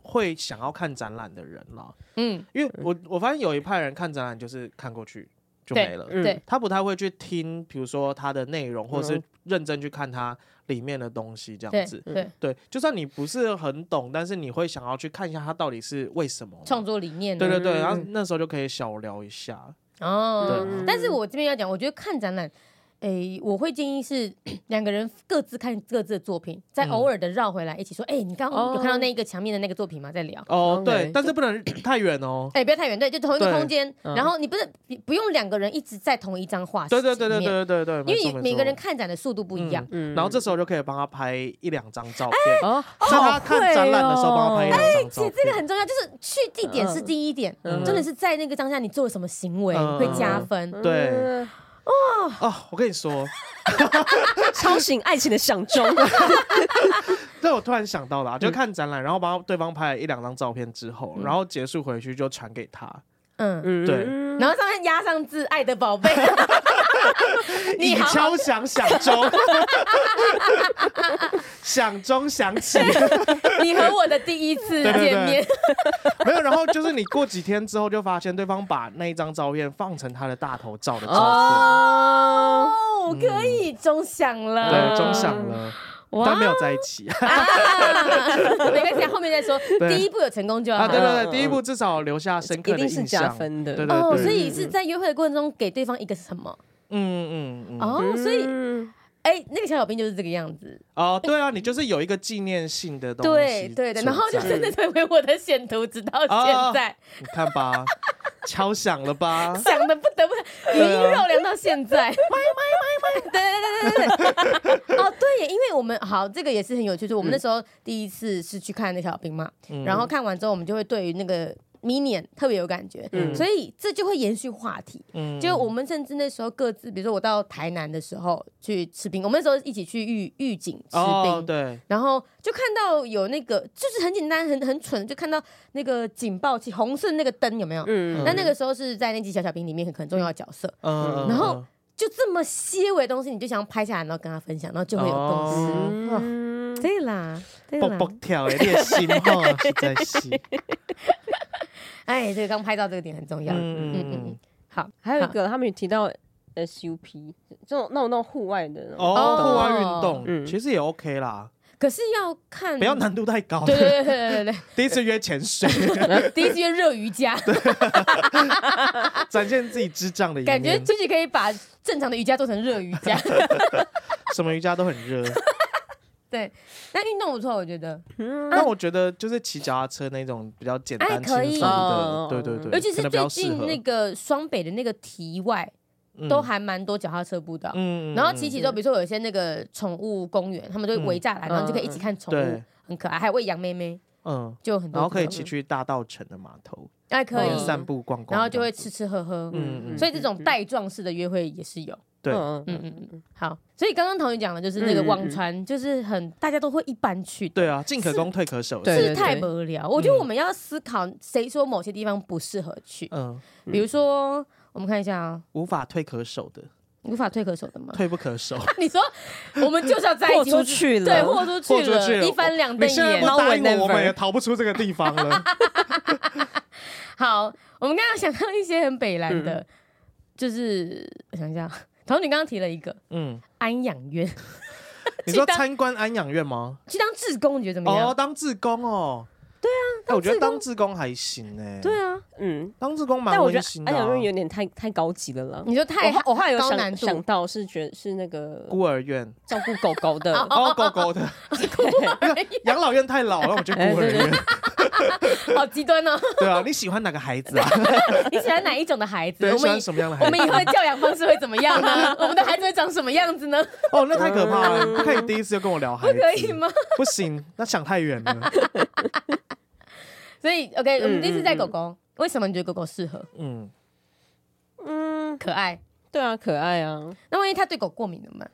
会想要看展览的人啦，
嗯，
因为我我发现有一派人看展览就是看过去就
对
没了。
嗯
对，
他不太会去听，比如说它的内容，或者是
嗯
认真去看它里面的东西，这
对
样子。
对，
对，就算你不是很懂，但是你会想要去看一下它到底是为什么嘛
创。作理念啊。
对对对，
嗯
然后那时候就可以小聊一下。
哦
对，
但是我这边要讲，我觉得看展览，诶、我会建议是 [clears throat] 两个人各自看各自的作品，再
嗯
偶尔的绕回来一起说，哎、你刚刚
哦
有看到那一个墙面的那个作品吗？再聊。
哦
OK，
对，但是
[clears throat]
不能太远哦。
哎、不要太远，对，就同一个
对
空间，
嗯
然后你不是你不用两个人一直在同一张画室
对对对
里
对
面，
对对对对，
因为
没
你
错
每个人。
没错
看展的速度不一样，哎
嗯
然后这时候就可以帮他拍一两张照片，
哦，
在他看展览的时候帮他拍一两张照片。
哦这个很重要，就是去地点是第一点，
嗯
真的是在那个当下你做了什么行为、
嗯
会加分，嗯
对
嗯
哦，我跟你说，
敲醒爱情的响钟。
这我突然想到了啊，
嗯
就看展览，然后帮对方拍了一两张照片之后，然后结束回去就传给他，
嗯，
嗯
[laughs] 对
然后上面压上字“爱的宝贝”， [laughs] 你
已
好好
敲响响钟， [laughs] 响钟响起， [laughs]
你和我的第一次
对对对
见面，
没有。然后就是你过几天之后就发现对方把那一张照片放成他的大头照的照片，
哦，
哦，可以中奖了，
嗯对，中奖了，但没有在一起
哦啊，没关系啊，后面再说。
对
第一步有成功就好。
啊。对对
嗯
对，第一步至少留下深刻
一
的
定
印
是
象，
加分的，
对对
哦，所以是在约会的过程中给对方一个什么？
嗯嗯嗯。
哦，所以
嗯
哎，那个小小兵就是这个样子，
哦，对啊，你就是有一个纪念性的东西
对
存在，
对的，然后就真
是
的成为我的选图，直到现在，
你看吧，敲响
[laughs]
了吧？
想的不得不语音肉凉到现
[laughs]
在。对对对对对，哦对耶，因为我们好，这个也是很有趣，就是我们那时候第一次是去看那小兵嘛，
嗯
然后看完之后，我们就会对于那个 Minion 特别有感觉，
嗯
所以这就会延续话题。
嗯
就我们甚至那时候各自，比如说我到台南的时候去吃冰，我们那时候一起去玉玉井吃冰，
哦，对，
然后就看到有那个就是很简单很很蠢，就看到那个警报器红色那个灯有没有？
嗯
但那个时候是在那集小小兵里面很很重要的角色，
嗯，
然后就这么些微的东西，你就想要拍下来，然后跟他分享，然后就会有共识。
哦
嗯
对啦，对
蹦
啦，
蹦跳哎，
[laughs]
练心哈，实在是，
哎，这个刚拍到这个点很重要。嗯嗯嗯
嗯，
好，
还有一个，他们有提到呃 SUP 这种那种那种户外的那种
哦，户外
哦
运动
嗯
其实也 OK 啦，
可是要看，
不要难度太高。
嗯对对对对对
[laughs] 第一次约潜水， [laughs]
对，第一次约热瑜伽，
展现自己智障的一
感觉
面。
自己可以把正常的瑜伽做成热瑜
[laughs]
伽。
什么瑜伽都很
[laughs]
热，
啊对，那运动不错，我觉得，
但我觉得就是骑脚踏车那种比较简
哎
单轻
可以
松
哦
的，对对对，
尤其
可
是
能比较
最
适
近
合嗯
那个双北的那个题外，都还蛮多脚踏车步道。
嗯嗯
然后
嗯
骑起之后，比如说有一些那个宠物公园，他们都会围下来，
嗯
然后就可以一起看宠物
对，
很可爱。还有喂羊妹妹，
嗯，
就有很多。
然后可以骑，去大道城的码头，
哎，可以
边，散步逛逛，
然后就会吃吃喝喝。
嗯嗯
所以这种带状式的约会也是有。
对
嗯
嗯嗯嗯，好。所以刚刚唐宇讲的就是
嗯
那个忘川，就是很大家都会一般去的。
对啊，进可攻退可守，
对
是不
对
是太无聊。我觉得我们要思考，谁说某些地方不适合去？
嗯，
比如说，我们看一下啊、
无法退可守的，
无法退可守的吗？ [laughs]
退不可守。
你说我们就是要在一起，
豁出去了嗯
对，豁出
豁
去
出去了
一翻两
你
瞪
现在
眼
不。答应
Now or
啊我，我们
never
也 [laughs] 逃不出这个地方 [laughs] 了。
好，我们刚刚想到一些很北蓝
嗯
的，就是我想一下，然后你刚刚提了一个
嗯，
安养院，
你说参观安养院吗？
去当志工，你觉得怎么样？
哦，当志工哦。对啊，我觉得当志工还行哎。
对，啊，
嗯，
当志工蛮
但我觉
温
得
馨的
安
啊。
养院有点太太高级了啦。
你说嗯太
我
哦
后我后来有
高难
想
度
想到是觉得是那个
孤儿院
照顾狗狗的，
哦，狗狗的养老院太老了，我觉得孤儿
哎
院。
好极端
[laughs]
哦。
对啊，你喜欢哪个孩子啊？
你喜欢哪一种的孩子？
对，
我
喜
们
欢
以
什么样的
我
孩
们以
子？
后的教养方式会怎么样呢？我们的孩子会长什么样子
[laughs]
呢？
哦，那太可怕了，不可以第一次就跟我聊孩
[laughs]
子，
可以吗？
不行，那想太远了。
所以 OK，我们
嗯
这次在狗
嗯
狗，为什么你觉得狗狗适合？
嗯，
嗯，
可爱。
对啊，可爱啊，
那万一它对狗过敏怎么办？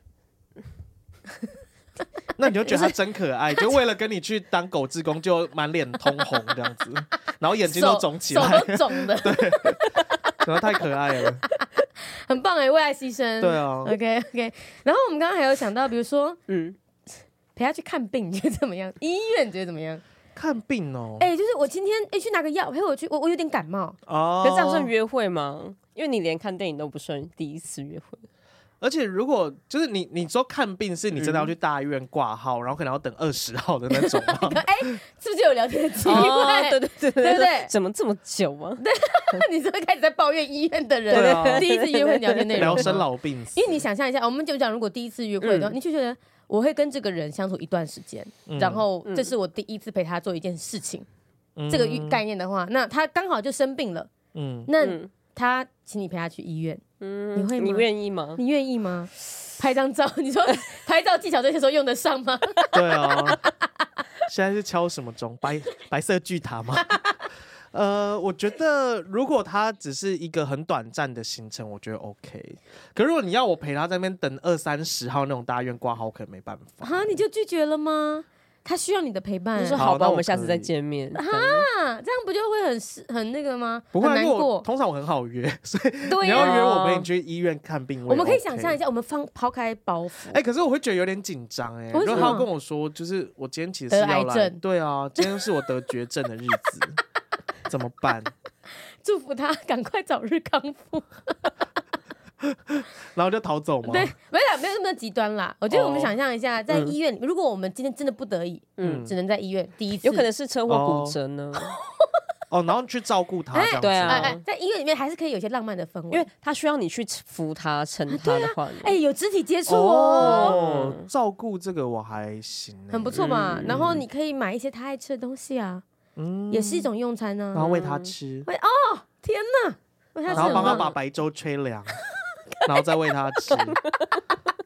那你就
哎
觉得他真
[laughs]
可爱，就为了跟你去当狗志工，就满脸通红这
[laughs]
样子，然后眼睛都肿起来 [laughs]
手，都肿的，
可能太可爱
[laughs]
了。
很棒哎，为爱牺牲。
对啊，
OK OK，然后我们刚刚还有想到，比如说
嗯，
陪他去看病，你觉得怎
[laughs]
么样？医院你觉得怎么样？
看病哦，
哎、就是我今天哎、去拿个药，陪我去，我我有点感冒。
哦，
可是这样算约会吗？因为你连看电影都不算第一次
[laughs]
约会，
而且如果就是你，你说看病是你真的要去大医院挂号，然后可能要等二十号的那种吗？
[laughs] 哎是不是就有聊天的机会？
哦
哦
[laughs]
对对对
对不对
怎么这么久啊？
你是不是开始在抱怨医院的人？
对啊
第一次约会聊天内容
聊，生老病死
因，为你想象一下，我们就讲如果第一次约会的话，
嗯
你就觉得我会跟这个人相处一段时间，
嗯
然后
嗯
这是我第一次陪他做一件事情，这个概念的话，那他刚好就生病了，
嗯，
那
嗯
他请你陪他去医院，
嗯
你会吗
你愿意吗？
你愿意吗？拍张照， [laughs] 你说拍照技巧这些时候用得上吗？
[laughs] 对啊。现在是敲什么钟？白白色巨塔吗？ [laughs] 呃，我觉得如果他只是一个很短暂的行程，我觉得 OK。可如果你要我陪他在那边等二三十号那种大院挂号，我可能没办法。
啊，你就拒绝了吗？他需要你的陪伴
就说
啊，
好
好吧，
那
我
我
们下次
可
再
以
见面。这样
这样不就会很失很那个吗？
不会
很
啊，
难
因为我
过。
通常我很好约，所以
对
你
呀、
要约
啊
我陪你去医院看病，
我们可以想象一
下。
下，我们放抛开包袱，
哎、可是我会觉得有点紧张哎，
为什
如果
么
他有跟我说，就是我今天其实
得
是要
癌
来，
症
对啊，今天是我得绝症的
[laughs]
日子，怎么办？
祝福他赶快早日康复。
然后就逃走吗？
对，没有啦没有那么极端啦。我觉得我们
哦
想象一下，在
嗯
医院，如果我们今天真的不得已，
嗯
只能在医院第一次，
有可能是车祸骨折呢，
哦，然后去照顾他
哎
这样子。
对
哎
啊
哎，在医院里面还是可以有一些浪漫的氛围，
因为他需要你去扶他、撑他的话语。
哎、有肢体接触哦。
哦，
嗯
照顾这个我还行欸，
很不错吧？
嗯
然后你可以买一些他爱吃的东西啊，
嗯
也是一种用餐啊
然后
呢。
喂他吃，
天哪，喂他吃
然后
很
帮他
棒
把白粥吹
[laughs]
凉，然后再喂他吃，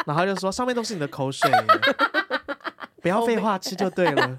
然后他就说上面都是你的口水耶，不要废话，吃就对了。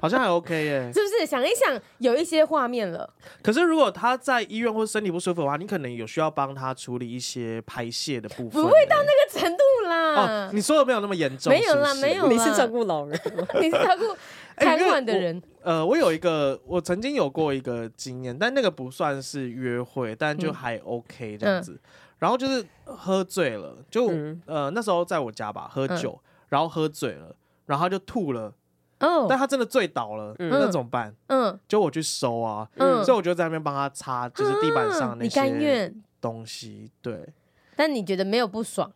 好像还 OK 耶，
是不是？想一想，有一些画面了。
可是如果他在医院或身体不舒服的话，你可能有需要帮他处理一些排泄的部分耶。欸
不会到那个程度啦
哦，，你说的没有那么严重，
没有
是不
啦
是
没有
[laughs] 你是照顾老人吗？
[laughs] 你是照顾
哎
瘫
因为
痪的人，
呃，我有一个，我曾经有过一个经验，但那个不算是约会，但
嗯
就还 OK 这样子。然后就是喝醉了，就、
嗯
呃那时候在我家吧，喝
嗯
酒，然后喝醉了，然后他就吐了，但
哦，
他真的醉倒了，
嗯
那怎么办？
嗯
就我去收啊，
嗯，
所以我就在那边帮他擦，就是地板上的
啊
那
你甘
些
愿，
东西。对
但你觉得没有不爽，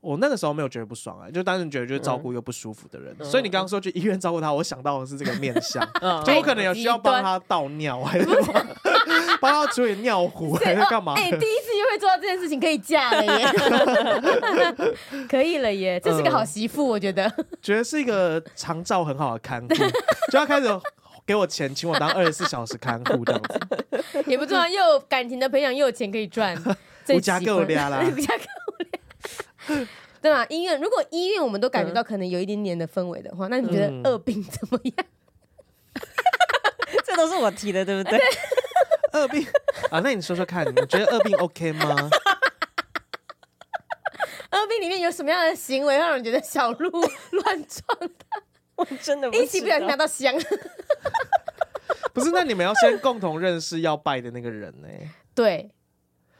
我那个时候没有觉得不爽啊，就单纯觉得就是照
嗯
顾又不舒服的人。所以你刚刚说去医院照顾他，我想到的是这个面相。
哦
嗯
就我可能有需要帮他倒尿，还是帮 [laughs] 帮他处理尿
[laughs]
壶，还是干嘛
哎，
的？
第一次约会做到这件事情可以嫁了耶， [laughs] 可以了耶，这是
嗯
个好媳妇，我觉得。
觉得是一个长照很好的看护， [laughs] 就要开始给我钱，请我当二十四小时看护这
[laughs]
样子。
也不重要，又有感情的培养，又有钱可以赚，
[laughs]
最
无家
喜欢
够俩啦
无家够俩对吧？医院如果医院我们都感觉到可能有一点点的氛围的话，那你觉得
嗯
恶病怎么样？
这都是我提的，对不对？
恶病啊，那你说说看，你觉得恶病 OK 吗？ [laughs]
恶病里面有什么样的行为让人觉得小鹿乱撞，
[laughs] 我真的
一起不小心拿到香？ [laughs]
不是，那你们要先共同认识要拜的那个人呢、
对，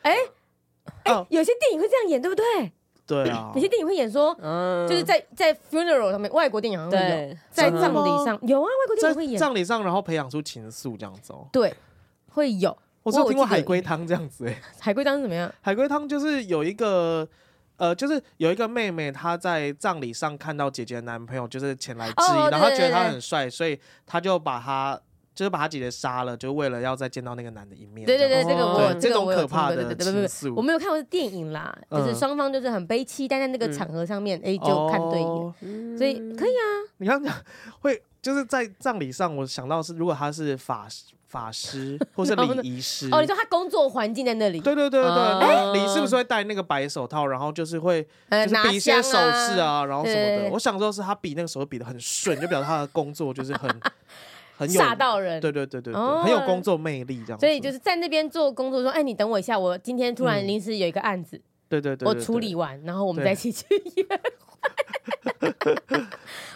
哎、哎、
哦
有些电影会这样演，对不对？
对
[laughs]
啊
有，些电影会演说，
嗯
就是在在 funeral 上面，外国电影好像会有，
对
在
真的
葬
吗
礼上有啊，外国电
在
影会演，
葬礼上，然后培养出情愫这样子哦。
对，会有。
我是有
我
听过
记得
海龟汤这样子、欸，
海龟当时怎么样？
海龟汤就是有一个，呃，就是有一个妹妹，她在葬礼上看到姐姐的男朋友就是前来致意，
哦对
然后她
对
觉得他
对
很帅，所以她就把他就是把他姐姐杀了，就为了要再见到那个男的一面。
对对
这样
对，
子
这个
哦
我
对
这
这
个
种
我有
可
听过，
怕
对对
的
对对
情
对，
愫，哦
我没有看过是电影啦，就是
嗯
双方就是很悲戚，但在那个
嗯
场合上面，哎，就
哦
看对眼，所以可以啊，
你刚刚讲会就是在葬礼上，我想到是如果他是法师法师或是
然后呢
礼仪师，
[laughs] 哦，你哦说他工作环境在那里，
对对对对
啊
对，然后礼是不是会戴那个白手套，然后就是会
呃，
就是
拿
比一些
香
手势，啊，然后什
对
么
对
的。
对
我想说是他比那个手势比的很顺，就表示他的工作就是
[laughs]
很很有
吓，到人。
对对对对
哦
对，很有工作魅力这样子。
所以就是在那边做工作，说，哎，你等我一下，我今天突然
嗯
临时有一个案子，
对对对，
我
对
处理。
对
完，然后我们
对
再一起去 [laughs] 约会。 [laughs]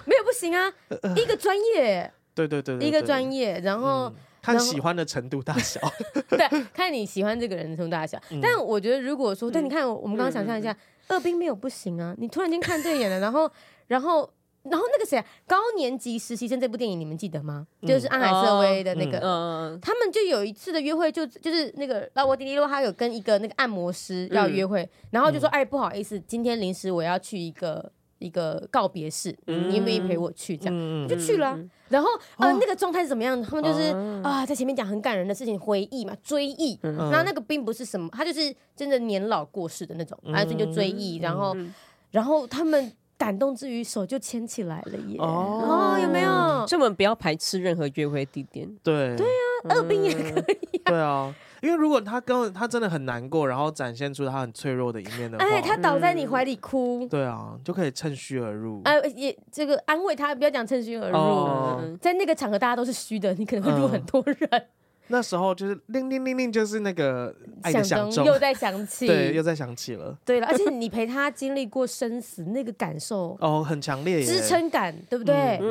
没有不行
[laughs]
啊，一个专业，
对对对，对
一个
业，
专业，哦然后
嗯看
然后
喜欢的程度大小。
[laughs] 对，看你喜欢这个人的程度大小。
嗯
但我觉得，如果说，但你看，我们刚刚想象一下，二兵没有不行啊，你突然间看对眼了，然后，然后，然后那个谁、啊，高年级实习生这部电影你们记得吗？
嗯
就是安海
哦
瑟薇的那个。
嗯，
他们就有一次的约会就，就是那个拉沃迪利洛，他有跟一个那个按摩师要约
嗯
会，然后就说：“哎，不好意思，今天临时我要去一个一个告别式，你愿不愿意陪我去？”这样，
嗯，嗯
就
嗯
去了啊、
嗯
然后呃，
哦
那个状态是怎么样的？他们就是
哦
啊、在前面讲很感人的事情，回忆嘛，追忆。
嗯
然后那个并不是什么，他就是真的年老过世的那种，然后所以就追忆，然后
嗯
然后他们感动之余手就牵起来了耶。
哦
哦，有没有？
嗯
所以我们不要排斥任何约会地点。
对对
二兵也可以。
对啊，因为如果他跟他真的很难过，然后展现出他很脆弱的一
嗯
面的话，
哎，他倒在你怀里哭，
对啊，就可以趁虚而入。
哎，也这个安慰他，不要讲趁虚而入。
哦嗯
嗯
在那个场合，大家都是虚的，你可能会入很多人。
那时候就是铃铃铃铃，就是那个爱的
想
响
中
钟，
又在
[laughs]
想起，
对，又在响起了，
对了，而
[laughs]
且你陪他经历过生死，那个感受、
哦，很强烈耶，
支撑感，对不对？
嗯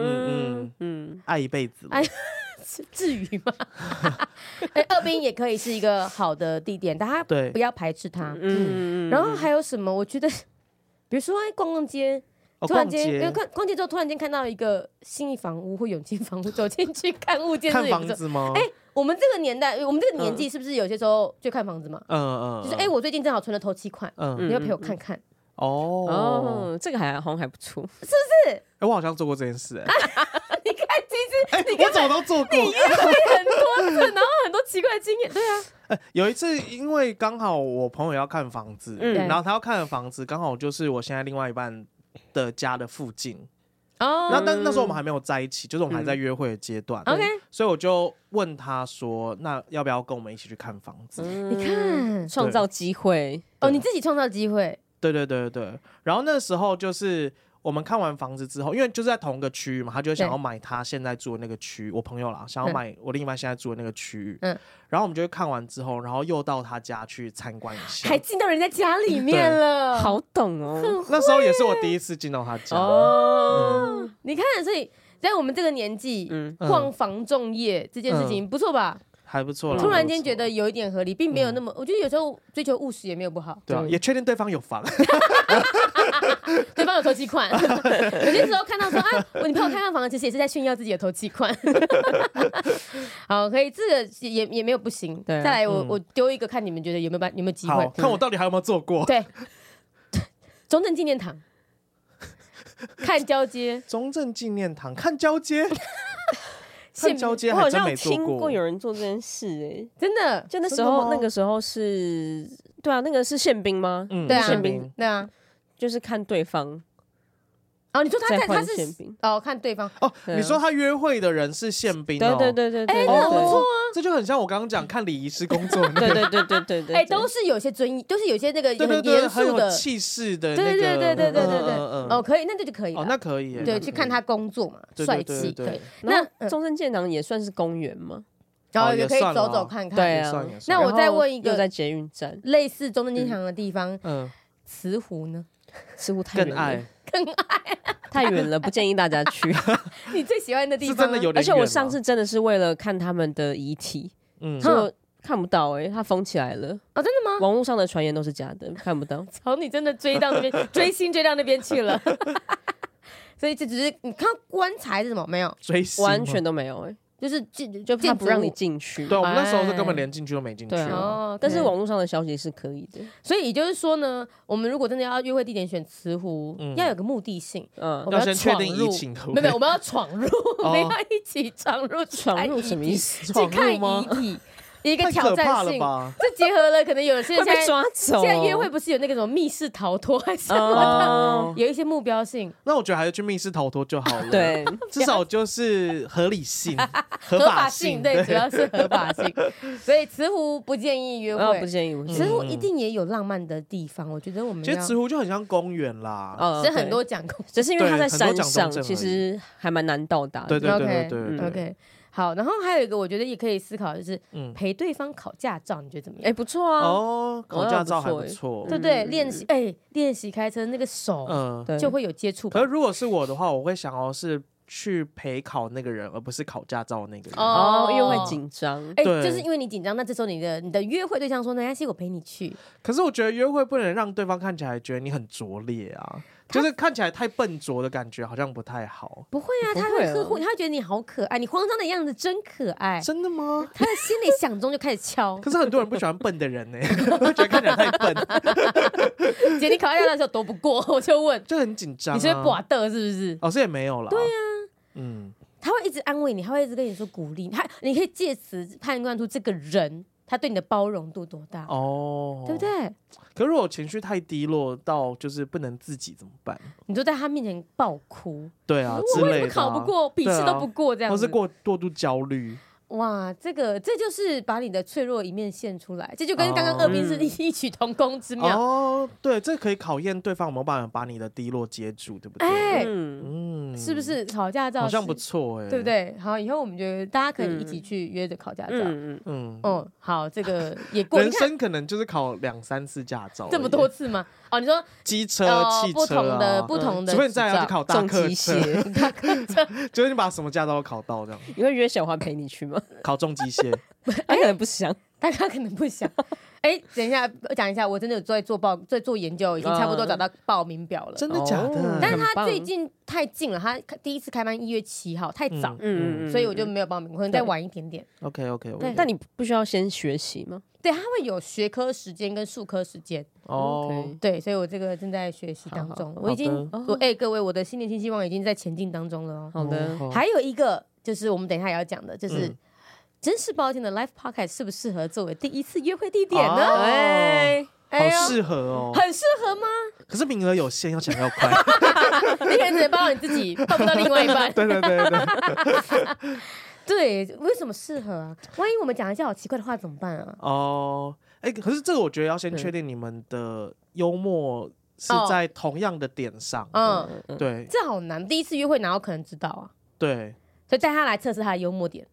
嗯
嗯，
爱一辈子了
哎至至于吗？ [laughs] 哎，二兵也可以是一个好的地点，大家
对
不要排斥它。
嗯
然后还有什么？我觉得，比如说哎逛逛街，
哦，
突然
逛
间，因为
街
逛逛街之后，突然间看到一个信义房屋或永庆房屋，走进去看物件，
看
这也不
房
错。
子吗？
哎我们这个年代，我们这个年纪，是不是有些时候就看房子嘛？
嗯嗯，嗯嗯，
就是哎、我最近正好存了头七款，
嗯
你要陪我看看。
哦，
哦，这个还好像还不错，
哎，我好像做过这件事，
啊
哎，
[laughs] 你看，其实
[laughs] 哎，我早都做过。哎
很多次，然后很多奇怪的经验。对啊，
有一次，因为刚好我朋友要看房子，
嗯
然后他要看的房子刚好就是我现在另外一半的家的附近。 [laughs] 那
哦、
但那时候我们还没有在一起，就是我
嗯
们还在约会的阶段。
o k
所以我就问他说：“那要不要跟我们一起去看房子？”
你看，
[laughs] 创造机会，
嗯哦，你自己创造机会，
对对对对对。然后那时候就是我们看完房子之后，因为就是在同一个区域嘛，他就想要买他现在住的那个区域，我朋友啦，想要买我另一半现在住的那个区域。
嗯
然后我们就会看完之后，然后又到他家去参观一下
还。进到人家家里面了。，
[laughs]
好懂哦，
那时候也是我第一次进到他家。
哦，
你看，所以在我们这个年纪，
嗯
嗯
逛房仲业这件事情、不错吧？
还不错啦，
突然
还不
间
错嗯
觉得有一点合理，并没有那么，我觉得有时候追求务实也没有不好。
对啊，
对
也确定对方有房，
对方有头期款， [laughs] 有些时候看到说啊，我你朋友看看房，其实也是在炫耀自己的头期款。 [laughs] 好，可以，这个也也没有不行。
对啊
再来我，我
嗯
丢一个，看你们觉得有没有办有没有机
好
会？嗯
看我到底还有没有做过。
对，中正纪念
[laughs]
堂，看交接，
中正纪念堂看交接，
现
看交接
我
还
好
真
像
没做
听过有人做这件事，哎，
真的，
就那时
真的吗
候那个时候是，对啊，那个是宪兵吗？
嗯，
对啊
宪兵
对啊。
就是看对方
哦，你说他
在
在他
换
是
宪兵，
哦，看对方，
哦，
对啊
你说他约会的人是宪兵、
对
哦，
对对对对，
哎，
对
那很不错，啊。
这就很像我刚刚讲看礼仪师工作那个，
对对对对对对，
哎，都是有些尊严，都是有些那个
啊对对
很
对，
严
很
肃
有
的。
气势的那
对
个，
对对对对对对
嗯嗯嗯
哦，可以，那这就可以
哦，
了
那。可以耶，那
对，
可以
去看他工作嘛，
对
帅
对对
气，
对
可以
对。
那
那嗯
中正建堂也算是公园吗？
然后
哦
也
也
可以
算
走
了
走看看。
对
也
啊
算也算
哎那我再问一
然后又
个
在捷运站，
类似中正纪念堂的地方，
嗯
慈湖呢？ [laughs]
似乎太
更
远了
爱，
太远了，不建议大家
[laughs]
去。
你最喜欢的地
是
方
真的
啊
有点远吗，
而且我上次真的是为了看他们的遗体，
嗯
哼
就看不到哎、欸，他封起来了。
哦，真的吗？
网络上的传言都是假的，看
[laughs]
不到。
从你真的追到那边，追星追到那边去了。 [laughs] 所以这只是你看棺材是什么没有？
追星吗
完全都没有哎、
就是建
就他
建筑
不让你
物
进去。
对，我们那时候是
哎
根本连进去都没进去
对啊
哦，
哦，
[laughs] 但是
对
网络上的消息是可以的，
所以也就是说呢，我们如果真的要约会地点选慈湖，
嗯
要有个目的性。
嗯
我，们
要
要
先确
闯
定
入
疫情合不哦
没有没有，我们要闯入，我们要一起闯入
闯入
看遗
什么
体
意思？
去
闯
看
入吗
遗体，一个
太
挑
可怕
战
了
性。
吧？
这结合了可能有些 [laughs]
会
现
被
在
抓走。
现在约会不是有那个什么密室逃脱还是什么的，
哦，
有一些目标性、
那我觉得还是去密室逃脱就好了，，
对，
至少就是合
[laughs]
理性、合
合
法
性，
对
对，主要是合法性。
[laughs]
所以慈湖不建议约
哦，
会，
不
嗯
建议，
嗯
不建议
慈湖一定也有浪漫的地方，我觉得我们
其
要
实慈湖就很像公园啦，
哦
是
对
很多讲公
只是因为它
对
在山
很多讲中
上，
正而
其
已
实还蛮难到达
对
的。
对
OK，
对对
嗯
对对，
OK，好，然后还有一个我觉得也可以思考，就是
嗯，
陪对方考驾照，你觉得怎么样？
哎，不错啊，
哦，考
哦
驾
不
照还
错
不
欸
耶
错，
对不对？练习哎，练习开车那个手
嗯，
对
就会有接触吧
可是如果是我的话，我会想要是去陪考那个人，而不是考驾照的那个人。
哦，因为会紧张。
哎，
对
就是因为你紧张，那这时候你的你的约会对象说没关系，我陪你去，
可是我觉得约会不能让对方看起来觉得你很拙劣啊，就是看起来太笨拙的感觉好像不太好。
不会啊，
不
他
会
会
啊
呵护你，他会觉得你好可爱，你慌张的样子真可爱。
真的吗？
他的心里想中就开始
[laughs]
敲
可，是很多人不喜欢笨的人呢、 [laughs] 会觉得看起来太笨，
姐，你考驾照的时候躲不过，我就问，
就很紧张、啊。
你是不是寡的，是不是？
老师也没有啦。对呀、嗯，
他会一直安慰你，他会一直跟你说鼓励，他你可以借此判断出这个人他对你的包容度多大，
哦，
对不？对？
可是如果情绪太低落到就是不能自己怎么办？
你就在他面前爆哭，
对啊，之
我为
类
什
的、
么
啊。
考不过，笔
对
试
啊
都不过这样
或
子？
是过过度焦虑，
哇，这个这就是把你的脆弱一面现出来，这就跟刚刚
哦
二兵是异曲同工之妙。
哦，对，这可以考验对方有没有办法把你的低落接住，对不对？
哎
嗯，
嗯，嗯
是不是考驾照
好像
是
不错哎、
对不？对？好，以后我们就大家可以一起
嗯
去约着考驾照。
嗯嗯，
嗯，
哦，好，这
[laughs]
个也过，你
人
看
生可能就是考两三次驾照而已，
这么多次吗？哦，你
[laughs]
说
机车、
哦
汽
不
车
同的
啊，
不同的
除非你再来
驾
去考大
重
客
机
车，
械，
就是你把什么驾照都考到这
[laughs]
样，
你会约小花陪你去吗？
考重机械。
他可能不想，
大家可能不
[laughs]
想。哎，等一下，讲一下，我真的有在做报，在做研究，已经差不多找到报名表了。
嗯真的假的
哦
但是
很
他
棒
最近太近了，他第一次开班一月七号，太早，
嗯嗯嗯，
所以我就没有报名，我可能再晚一点点。
OK OK，
对
但你不需要先学习吗？
对，他会有学科时间跟术科时间，
哦
OK，
对，所以我这个正在学习当中。
好好
我已经，
好的
哦
我哎、各位，我的新年新希望已经在前进当中了哦。
好的，
哦
还有一个就是我们等一下也要讲的，就是、
嗯
真是抱歉的 Live Podcast 适不适合作为第一次约会地点呢？
哦
哎，哎
好
呦
适合哦，
很适合吗？
可是名额有限，要抢要快。 [laughs]
你可能只能帮到你自己，帮不到另外一
[laughs]
半。
对对对对，
对，为什么适合啊？万一我们讲一些好奇怪的话怎么办啊？
哦，哎，可是这个我觉得要先确定你们的幽默是
哦
在同样的点上。
嗯，
嗯，
对
这好难，第一次约会哪有可能知道啊？
对
所以带他来测试他的幽默点。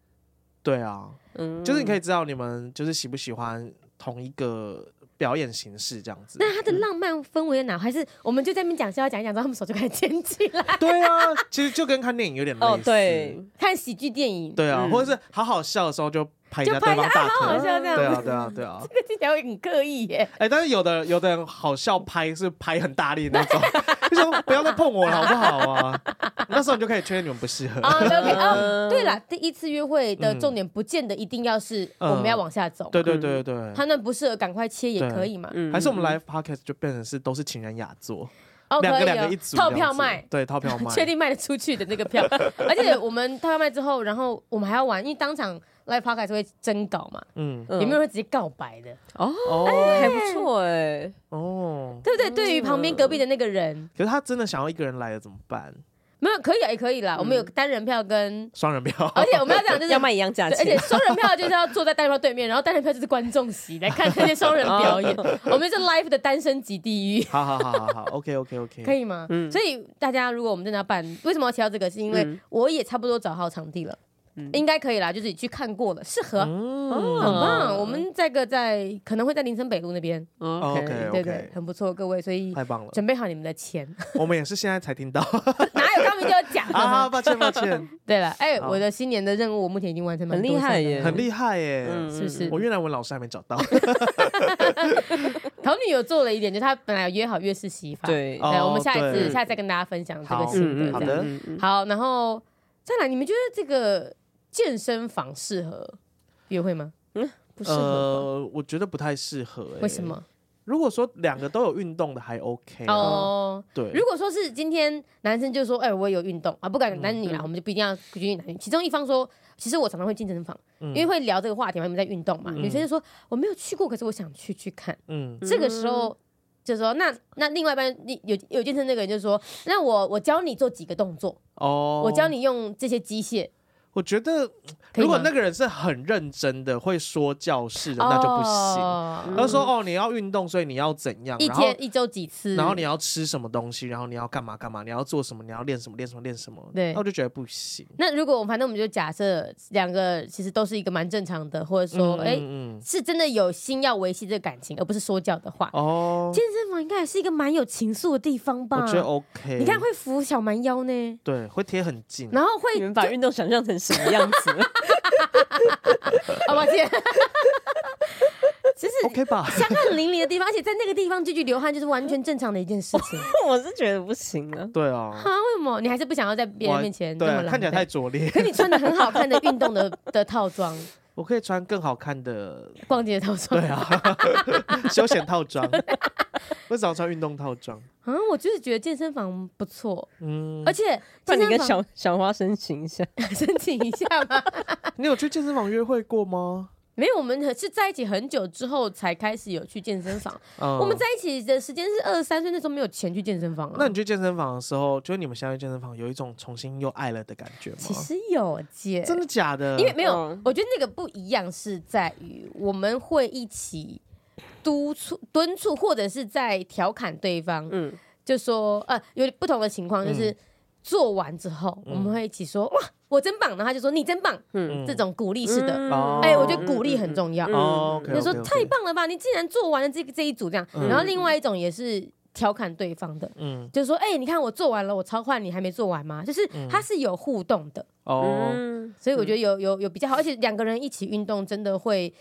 对啊，
嗯
就是你可
以
以知道你们就是喜不喜欢同一个表演形式这样
[laughs]
子。
那他的浪漫氛围在哪？还是我们就在那边讲笑话讲一讲，然后他们手就开始牵起来，
对啊，其实就跟看电影有点类似。
哦，对，
看喜剧电影，
对啊，
嗯
或者是好好笑的时候就拍一
就
下
拍
对
一下
方大
好好
腿。
笑这样
对
子。
啊，对啊，对啊。
[laughs] 这个听起来会很刻意
[laughs]
耶。
哎、但是有的有的人好笑拍是拍很大力的那种，就说不要再碰我了好不好啊？ [laughs] 那时候你就可以确认你们不适合。
啊，都可以哦。
嗯
对啦，第一次约会的重点不见得一定要是我们要往下走，
嗯对对对对对，
他那不适合赶快切也可以嘛。
嗯
还是我们
嗯
live podcast 就变成是都是情人雅座，
哦，
两、
可
个
以
两
哦
个一组，
套票
[laughs]
卖，，
对，套票卖，
嗯确定卖得出去的那个票。而且我们套票卖之后，然后我们还要玩，因为当场 live podcast 会征稿嘛，
嗯，
[laughs] 有
嗯
没有人会直接告白的？
哦，
哦
还不错哎，
哦，
对不对？对于旁边隔壁的那个人，
可是他真的想要一个人来了怎么办？
没有可以啊，也可以啦。我们有
嗯
单人票跟，
双人票，
而且我们要讲就是
[laughs]
要。卖一样价
对而且
钱，
双人票就是要坐在单人票对面，然后单人票就是观众席来看 [laughs] 这些双人表演。
哦
我们是 live 的单身级地狱。
好好好好
[laughs]
好，OK OK OK，
可以吗？
嗯
所以大家如果我们真的要办，为什么要提到这个？是因为
嗯
我也差不多找好场地了，
嗯哦
应该可以啦，就是你去看过了，适合。
嗯
很棒，我们这个在可能会在林森北路那边，
哎
OK
对对，很不错，各位，所以
太棒了，
准备好你们的钱， [laughs]
我们也是现在才听到
哪有刚明就要讲
啊，
的？
抱歉
[laughs]
抱歉，
对了，哎，
好
我的新年的任务我目前已经完成，
很厉害耶
很厉害耶、
嗯
是不是
我越南文老师还
[laughs]
没找到
桃女有做了一点，就她本来有约好粤式洗发，，
嗯对，
哦
我们下一次
对
下次再跟大家分享这个
好
心得，
好
这样
的
嗯嗯嗯
好，然后再来，你们觉得这个健身房适合约会吗？
不适合吧。
呃，我觉得不太适合、欸。
为什？么？
如果说两个都有运动的还 OK 啊、
哦，
对，
如果说是今天男生就说，哎、我也有运动啊，不
嗯
管男女啦，我们就不一定要规定男女。其中一方说，其实我常常会进健身房，
嗯
因为会聊这个话题嘛，你们在运动嘛。女生就说我没有去过，可是我想去去看。
嗯，
这个时候就说，那那另外一班另有有健身那个人就说，那我我教你做几个动作，
哦，
我教，你用这些机械。
我觉得
可以
如果
吗
那个人是很认真的，会说教式的，那就不行。
哦
他、说哦，你要运动，所以你要怎样，
一
然后
天一周几次，
然后你要吃什么东西，然后你要干嘛干嘛，你要做什么，你要练什么练什么练什么，
对
那我就觉得不行。
那如果我们反正我们就假设两个其实都是一个蛮正常的，或者说
嗯
哎、
嗯嗯
是真的有心要维系这个感情，而不是说教的话，
哦，
健身房应该也是一个蛮有情愫的地方吧？
我觉得 OK。
你看会扶小蛮腰呢，
对，会贴很近。
然后会
你们把运动想象成什么样子？
哦抱歉，其实
OK
[laughs]
吧？
香汗淋漓的地方，而且在那个地方继续流汗就是完全正常的一件事情
哦
[laughs] 啊？
我是觉得不行 [laughs] 啊。
对啊，
为什么你还是不想要在别人面前那
对
么
啊，
狼狈
看起来太
[laughs]
拙劣。
可你穿的很好看的运动的的套装，
我可以穿更好看
[laughs]
的，
逛街的套装 [laughs]
对，啊，休闲套装。为什么要穿运动套装？
嗯，我就是觉得健身房不错，
嗯
而，且
那
健
你
身
跟
房
小小花申请一下，
申请一下吗？ [laughs]
你有去健身房约会过吗？
没有，我们是在一起很久之后才开始有去健身房。
嗯
我们在一起的时间是二十三岁，那时候没有钱去健身房啊。
那你去健身房的时候，就是你们相遇健身房有一种重新又爱了的感觉吗？
其实有姐，
真的假的？
因为没有，
嗯
我觉得那个不一样是在于我们会一起督促、敦促，或者是在调侃对方，
嗯，
嗯
就说呃有不同的情况，就是。做完之后，我们会一起说哇，我真棒，然后他就说你真棒，
嗯
这种鼓励式的。
哦
哎，我觉得鼓励很重要。
嗯
哦，
就说太，棒了吧，你竟然做完了这个这一组这样。
嗯
然后另外一种也是调侃对方的，
嗯，
就是说，哎，你看我做完了，我超换你还没做完吗？就是
嗯
它是有互动的，
哦，
嗯，
所以我觉得有有有比较好，而且两个人一起运动真的会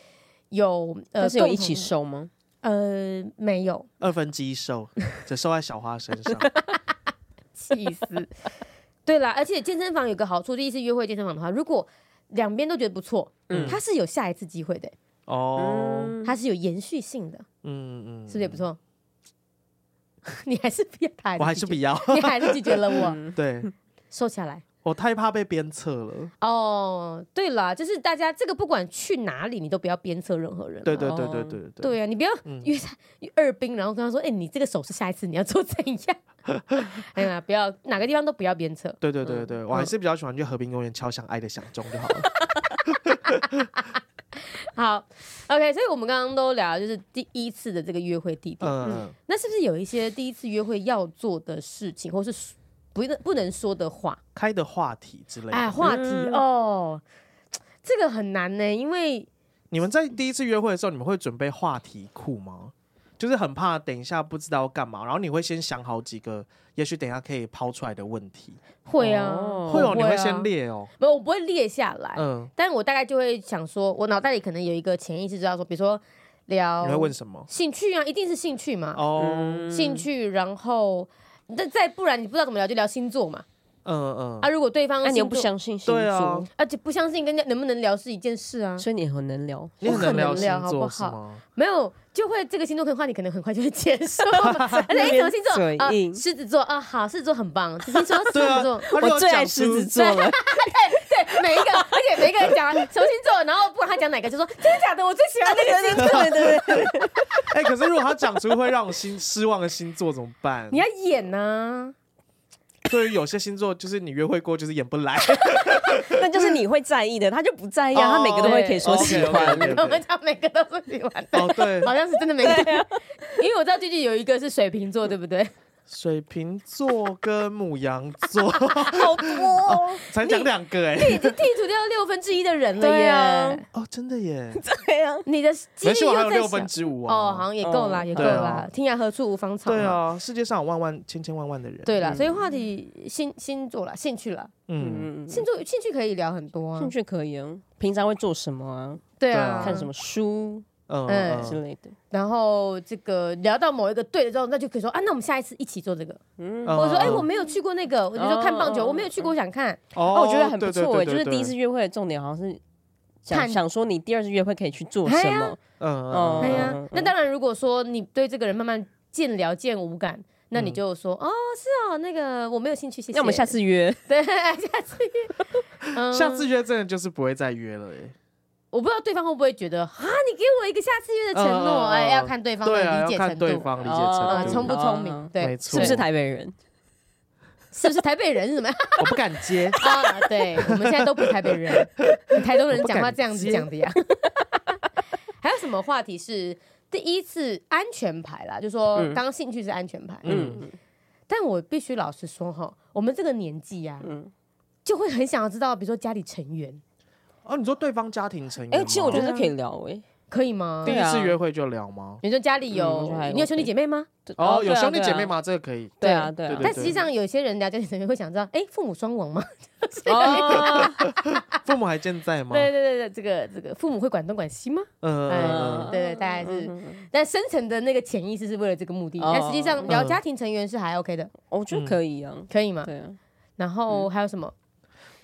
有呃，
但是有
共
一
同
起瘦吗？
呃没
[laughs]
有，
二分之一瘦，只瘦在小花身
[laughs]
上，
气死。对啦，而且健身房有个好处，第一次约会健身房的话，如果两边都觉得不错，
嗯
它是有下一次机会的，
哦，
嗯
它是有延续性的，
嗯嗯，
是不是也不？错？嗯 [laughs] 你还是不要他，
我还是不，要， [laughs]
你还是拒绝了我，
嗯
对
收下来。
我太怕被鞭
[laughs]
策了，
哦，对了，就是大家这个不管去哪里，你都不要鞭策任何人。啊
对对对对对对，
对啊，你不要
嗯
约他二兵，然后跟他说：“哎、你这个手势下一次你要做怎样？” [laughs] 哎呀，不要哪个地方都不要鞭策。
对对对
嗯
对，我还是比较喜欢去和平公园敲响爱的响钟就好了。
[laughs] 好，OK，所以我们刚刚都聊就是第一次的这个约会地点，
嗯，
那是不是有一些第一次约会要做的事情，或是不能不能说的话？
开的话题之类
哎，
的。
话题、
嗯
哦，这个很难呢，因为
你们在第一次约会的时候，你们会准备话题库吗？就是很怕等一下不知道要干嘛，然后你会先想好几个，也许等一下可以抛出来的问题。
会啊，
哦啊
会
我
哦，你
啊
会先，列哦。
没有，我不会列下来，
嗯，
但我大概就会想说，我脑袋里可能有一个潜意识知道说，比如说聊
你会问什么？
兴趣啊，一定是兴趣嘛，
哦，
哦嗯
兴趣，然后那再不然你不知道怎么聊，就聊星座嘛。
嗯
啊，
嗯，
如果对方
那你又
星
不
座
相信星
对啊
座，
而且不相信跟人家能不能聊是一件事啊，
所以你很能聊。
你很能
我
聊
很能聊
星
好不
座是
好
吗？
没有就会这个星座跟话你可能很快就会接受，
[laughs]
而且哎什么星座
嘴
啊？
硬
狮子座啊，好，狮子座很棒，只听说狮
对啊
子座。，
他如
我
果
最爱
讲
狮子
出
座了，
对， [laughs] 每一个，而且每一个人讲什么星座，然后不管他讲哪个，就说真的假的，我最喜欢那个星座。
对对对，
[laughs] 哎，可是如果他讲出会让我心 [laughs] 失望的星座怎么办
你？要演啊呐、
[laughs] 对于有些星座，就是你约会过就是演不
[laughs]
来。
那就是你会在意的，他就不在意啊，他每个都会可以说喜欢。
对对
我们讲每个都是喜欢的，
哦，对，
好像是真的每个，因为我知道最近有一个是水瓶座，对不对？
水瓶座跟母羊
[laughs]
座
好多，
才讲两个哎、
已经剔除掉六分之一的人了
对
耶！
啊
哦，真的耶，
对啊，
你的几
没
率
事，我还
又
有
在
六分
小。
之五啊。
哦，好像也够啦，
嗯
也够啦。天涯何处无芳草嘛。
对啊，世界上有万万千千万万的人。
对啦，所以话题星星座啦，兴趣啦，
嗯，
嗯，
兴座兴趣可以聊很多啊
兴。趣可以啊，平常会做什么啊？
对
对
啊
啊，
看什么书
嗯
嗯
之
嗯
类的。
然后这个聊到某一个对了之后，那就可以说啊，那我们下一次一起做这个。
嗯，
嗯
或者说，哎，
嗯
我没有去过那个，我就说看棒球，
哦
我没有去过，我想看。
哦
哦，我觉得很不错哎，
哎，
就是第一次约会的重点好像是想
看
想说你第二次约会可以去做什
哎
么
呀。
嗯，
哦
嗯
哎
对
呀
嗯嗯，
那当然，如果说你对这个人慢慢渐聊渐无感，那
嗯
你就说哦，是哦，那个我没有兴趣，谢谢。
那我们下次约，
[laughs] 对，下次
[laughs]
约，嗯
下次约真的就是不会再约了哎。
我不知道对方会不会觉得啊，你给我一个下次约的承
嗯嗯
诺，
嗯
哎，
嗯
要看对方
对啊，
的理
要
解
看
程
对
度，
方理解程
啊，
度，
聪不聪明
嗯？
没
对，
错
是不是台北人？
是不是台北人是什么？。
我不敢接
啊，对，我们现在都不是台北
[laughs]
人，你台东人讲话这样子讲的呀。 [laughs] 还有什么话题是第一次安全牌啦？就说
嗯
刚刚兴趣是安全牌，
嗯
嗯
但我必须老实说哈，我们这个年纪呀、
嗯，
就会很想要知道，比如说家里成员
哦，你说对方家庭成员吗？
哎，其实我觉得可以聊哎。
可以吗
第？
对
一次
啊
约会就聊吗？
比如说家里
嗯我
有
觉得还
你有
OK
兄弟姐妹吗？
哦，
对
有
啊
兄弟姐妹？吗？这个可以。
对啊，对啊
对。
但实际上有些人聊家庭成员会想知道，哎，父母双亡吗？
哦，
父母还健在吗？
[laughs] 对对对对，这个这个父母会管东管西吗？
嗯嗯嗯
哎，对对，大概是，但深层的那个潜意识是为了这个目的，
哦
但实际上聊
嗯
家庭成员是还 OK 的，
我觉得可以啊。
可以吗？
对啊，
然后
嗯
还有什么？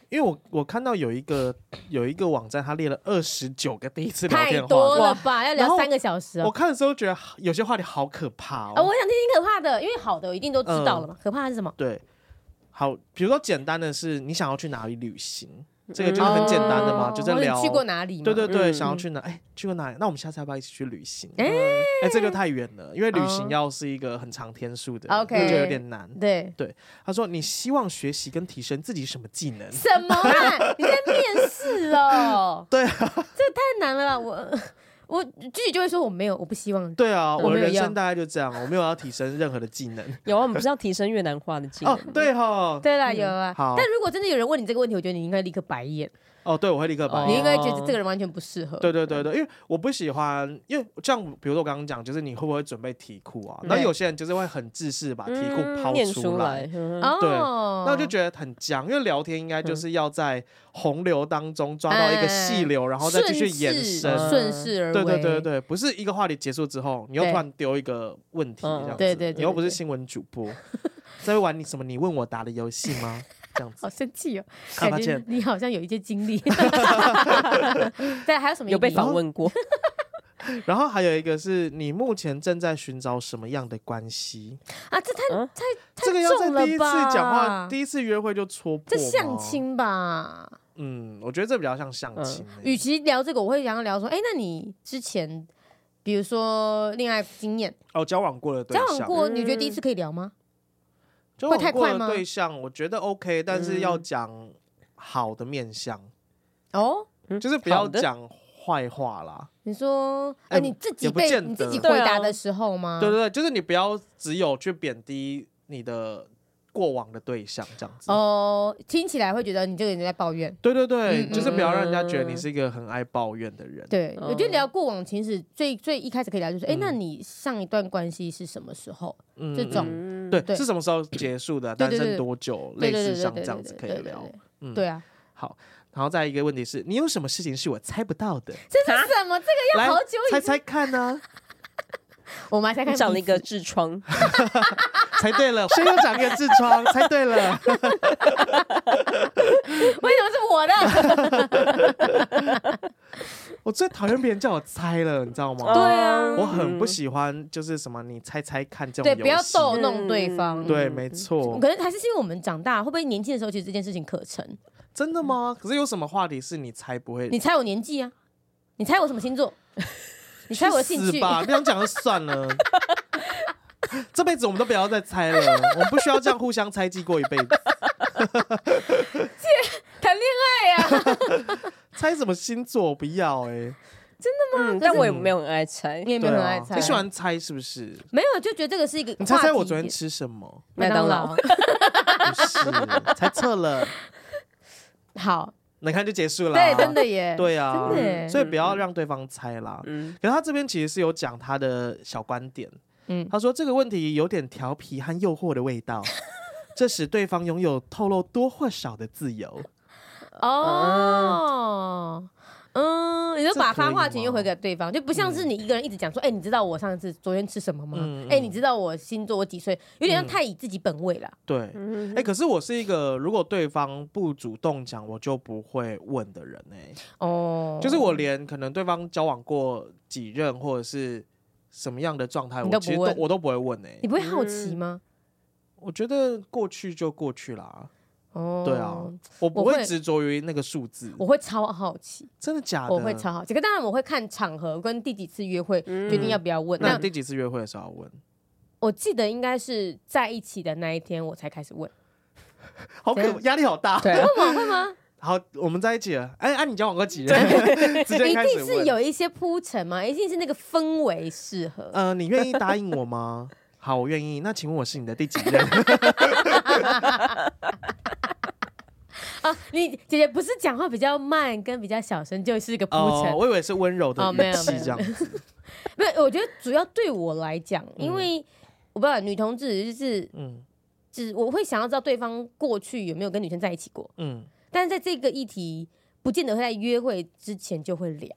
因为我我看到有一个有一个网站，它列了二十九个第一次聊
太
天的
多
话
了吧，要
然
聊
后
三个小时
题，
哦
我。看的时候觉得有些话题好可怕
啊，
哦。
我想听听可怕的，因为好的我一定都知道
嗯
了嘛。可怕的是什么？
对，好，比如说简单的是你想要去哪里旅行，这个就是很简单的嘛，
嗯哦
就在
或者
聊
你去过哪里嘛？
对对对，
嗯
想要去哪？哎，去过哪里？那我们下次要不要一起去旅行？
哎
哎，这个太远了，因为旅
哦
行要是一个很长天数的
OK
我觉得有点难。 [laughs]
对，
他说你希望学习跟提升自己什么技
[laughs]
能？
什么啊？你在面试哦？
[laughs] 对
啊，这太难了啦，我。我自己就会说我没有，我不希望。
对啊，
嗯
我的
没有
人
要
生大概就这样，我没有要提升任何
[laughs]
的技能。
有啊，我们不是要提升越南话的技能
哦
吗？，
对哈，
对啦，有啊。
嗯好
但如果真的有人问你这个问题，我觉得你应该立刻白眼，
哦，对，我会立刻把
哦
你应该觉得这个人完全不适合。
对对对对，因为我不喜欢，因为像比如说我刚刚讲，就是你会不会准备题库啊？
嗯
那有些人就是会很自私地把题库
嗯
抛
念
出
出
来，
来，嗯
对
哦，
那我就觉得很僵。因为聊天应该
嗯
就是要在洪流当中抓到一个细流，然后再继续延伸
哎顺势。
嗯
顺势而为。
对对对对，不是一个话题结束之后，你又突然丢一个问题这样子，
嗯对对对对
你又不是新闻主播，在玩你什么你问我答的游戏吗？这样
[laughs]
子
好生气哦，
啊
感
抱
觉
歉
你好像有一些经
[laughs]
历。 [laughs] 对，还有什么
有被
疑问
访问过，
然后还有一个是你目前正在寻找什么样的关系？
啊？这太
嗯
太
这个
太
要在
重了吧？
第一次讲话、第一次约会就戳破
这
吗
相。亲吧？
嗯，我觉得这比较像相亲欸、
与其聊这个，我会想要聊说，哎，那你之前比如说恋爱经验，
哦，交往过的对
交
象，
往过，
嗯
你觉得第一次可以聊吗？
交
会太
往过
快吗
的对象，我觉得 OK，但是要讲好的面相，
哦，
嗯
就是不
好
要
的
讲坏话啦。
你说，
哎
啊，你自己
也不
被
见得啊
你自己回答的时候吗？
对对对，就是你不要只有去贬低你的过往的对象这样子。
哦，听起来会觉得你这个人在抱怨。
对对对，
嗯
就是不要让人家觉得
嗯
你是一个很爱抱怨的人。
对，我觉得
嗯
聊过往情史最最一开始可以聊，就是哎、诶那你上一段关系是什么时候？
嗯
这种
嗯
嗯
对
对
是什么时候结束的？
对
单
对对
身多久？
对
类
对对
似
对
像
对
这样子
对
可以
对对
聊
对。
嗯，
对。啊，
好，然后再一个问题是你有什么事情是我猜不到的？
这是什么？这个
来
要好久以
猜
前，
猜看啊呢、
我们来猜
你
看
长了一
彼此
个痔疮，
猜
[laughs]
对了，谁又长一个痔疮？猜对了。 [laughs]
为什么是
[laughs]
我的？
我最讨厌别人叫我猜了，你知道吗？
对啊
哦我很不喜欢，就是什么你猜猜看这种
对，
游
不要
戏
逗弄对方。
嗯
对，没错。
可能还是是因为我们长大，会不会年轻的时候其实这件事情可成？
真的吗？可是有什么话题是你猜不会？
你猜我年纪啊？你猜我什么星座？你猜我的兴
去死
趣？
吧！不想讲就算了。 [laughs] 这辈子我们都不要再猜了，我们不需要这样互相猜忌过一辈子。
谈恋爱啊？
猜什么星座？我不要哎、
嗯，但我也没有很爱猜
你。也没
对
有很
啊
爱猜，
你喜欢猜是不是？
没有就觉得这个是一个
你猜猜我昨
话题
天
点
吃什么？
麦当
麦
劳。
不是，猜错了，
[laughs] 好，
能看就结束了。
对，真。的耶，
对啊，
真的耶
所以不要让对方猜啦。
嗯，
可是他这边其实是有讲他的小观点，
嗯
他说这个问题有点调皮和诱惑的
[laughs]
味道，这使对方拥有透露多或少的自由。
哦，嗯，你就
这
把
可
发
以
话权又
吗
回给对方，就不像是你一个人一直讲说，哎、你知道我上次昨天吃什么吗？哎、
嗯
你
嗯
知道我星座我几岁？有点像
嗯
太以自己本位了。
对，哎、
嗯
可是我是一个如果对方不主动讲，我就不会问的人哎、
哦，
就是我连可能对方交往过几任或者是什么样的状态，
你都
我其实
不
都
问
我都不会问哎、
你不会好奇吗？
我觉得过去就过去啦，
哦，
对啊，，我不
我
会
会
执着于那个数字，
我会超好奇，
真的假的？嗯
我会超好奇。可当然我会看场合跟第几次约会、决定要不要问。
那
那
你第几次约会的时候要问？
我记得应该是在一起的那一天我才开始问，
好
怎样
可压力好大。
对啊，
会吗？会吗？
好，我们在一起了。哎，啊，你交往过
[laughs]
几人？ [laughs] 直接
一
开始
定是
问。
有一些铺陈嘛，一定是那个氛围适合。
呃，你愿意答应我吗？好，我愿意。那请问我是你的第几
[laughs]
任？
啊，你姐姐不是讲话比较慢跟比较小声，就是个铺
哦
陈，。
我以为是温柔的
哦没
语
有
气
没有
这
[laughs]
样子。
没有，我觉得主要对我来讲，因为我不知道女同志就是
嗯
只我会想要知道对方过去有没有跟女生在一起过，
嗯，
但是在这个议题。不见得会在约会之前就会聊。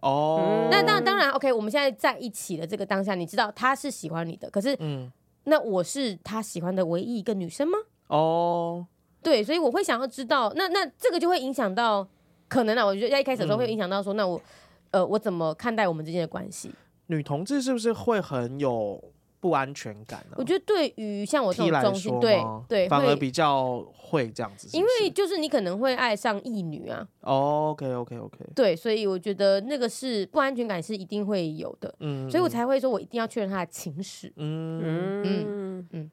哦，
嗯那当当然，OK，我们现在在一起的这个当下，你知道他是喜欢你的，可是
嗯
那我是他喜欢的唯一一个女生吗？
哦，
对，所以我会想要知道，那那这个就会影响到，可能啊，我觉得在一开始的时候
嗯
会影响到说，那我呃我怎么看待我们之间的关系？
女同志是不是会很有不安全感啊呢？
我觉得对于像我这
哦 T
种
来
中
说
心，
吗，
对对，
反而
会
比较会这样子。是不
因为
是
就是你可能会爱上异女啊，
哦，OK OK OK，
对，所以我觉得那个是不安全感是一定会有的，
嗯，
所以我才会说我一定要确认他的情史。
嗯，
嗯，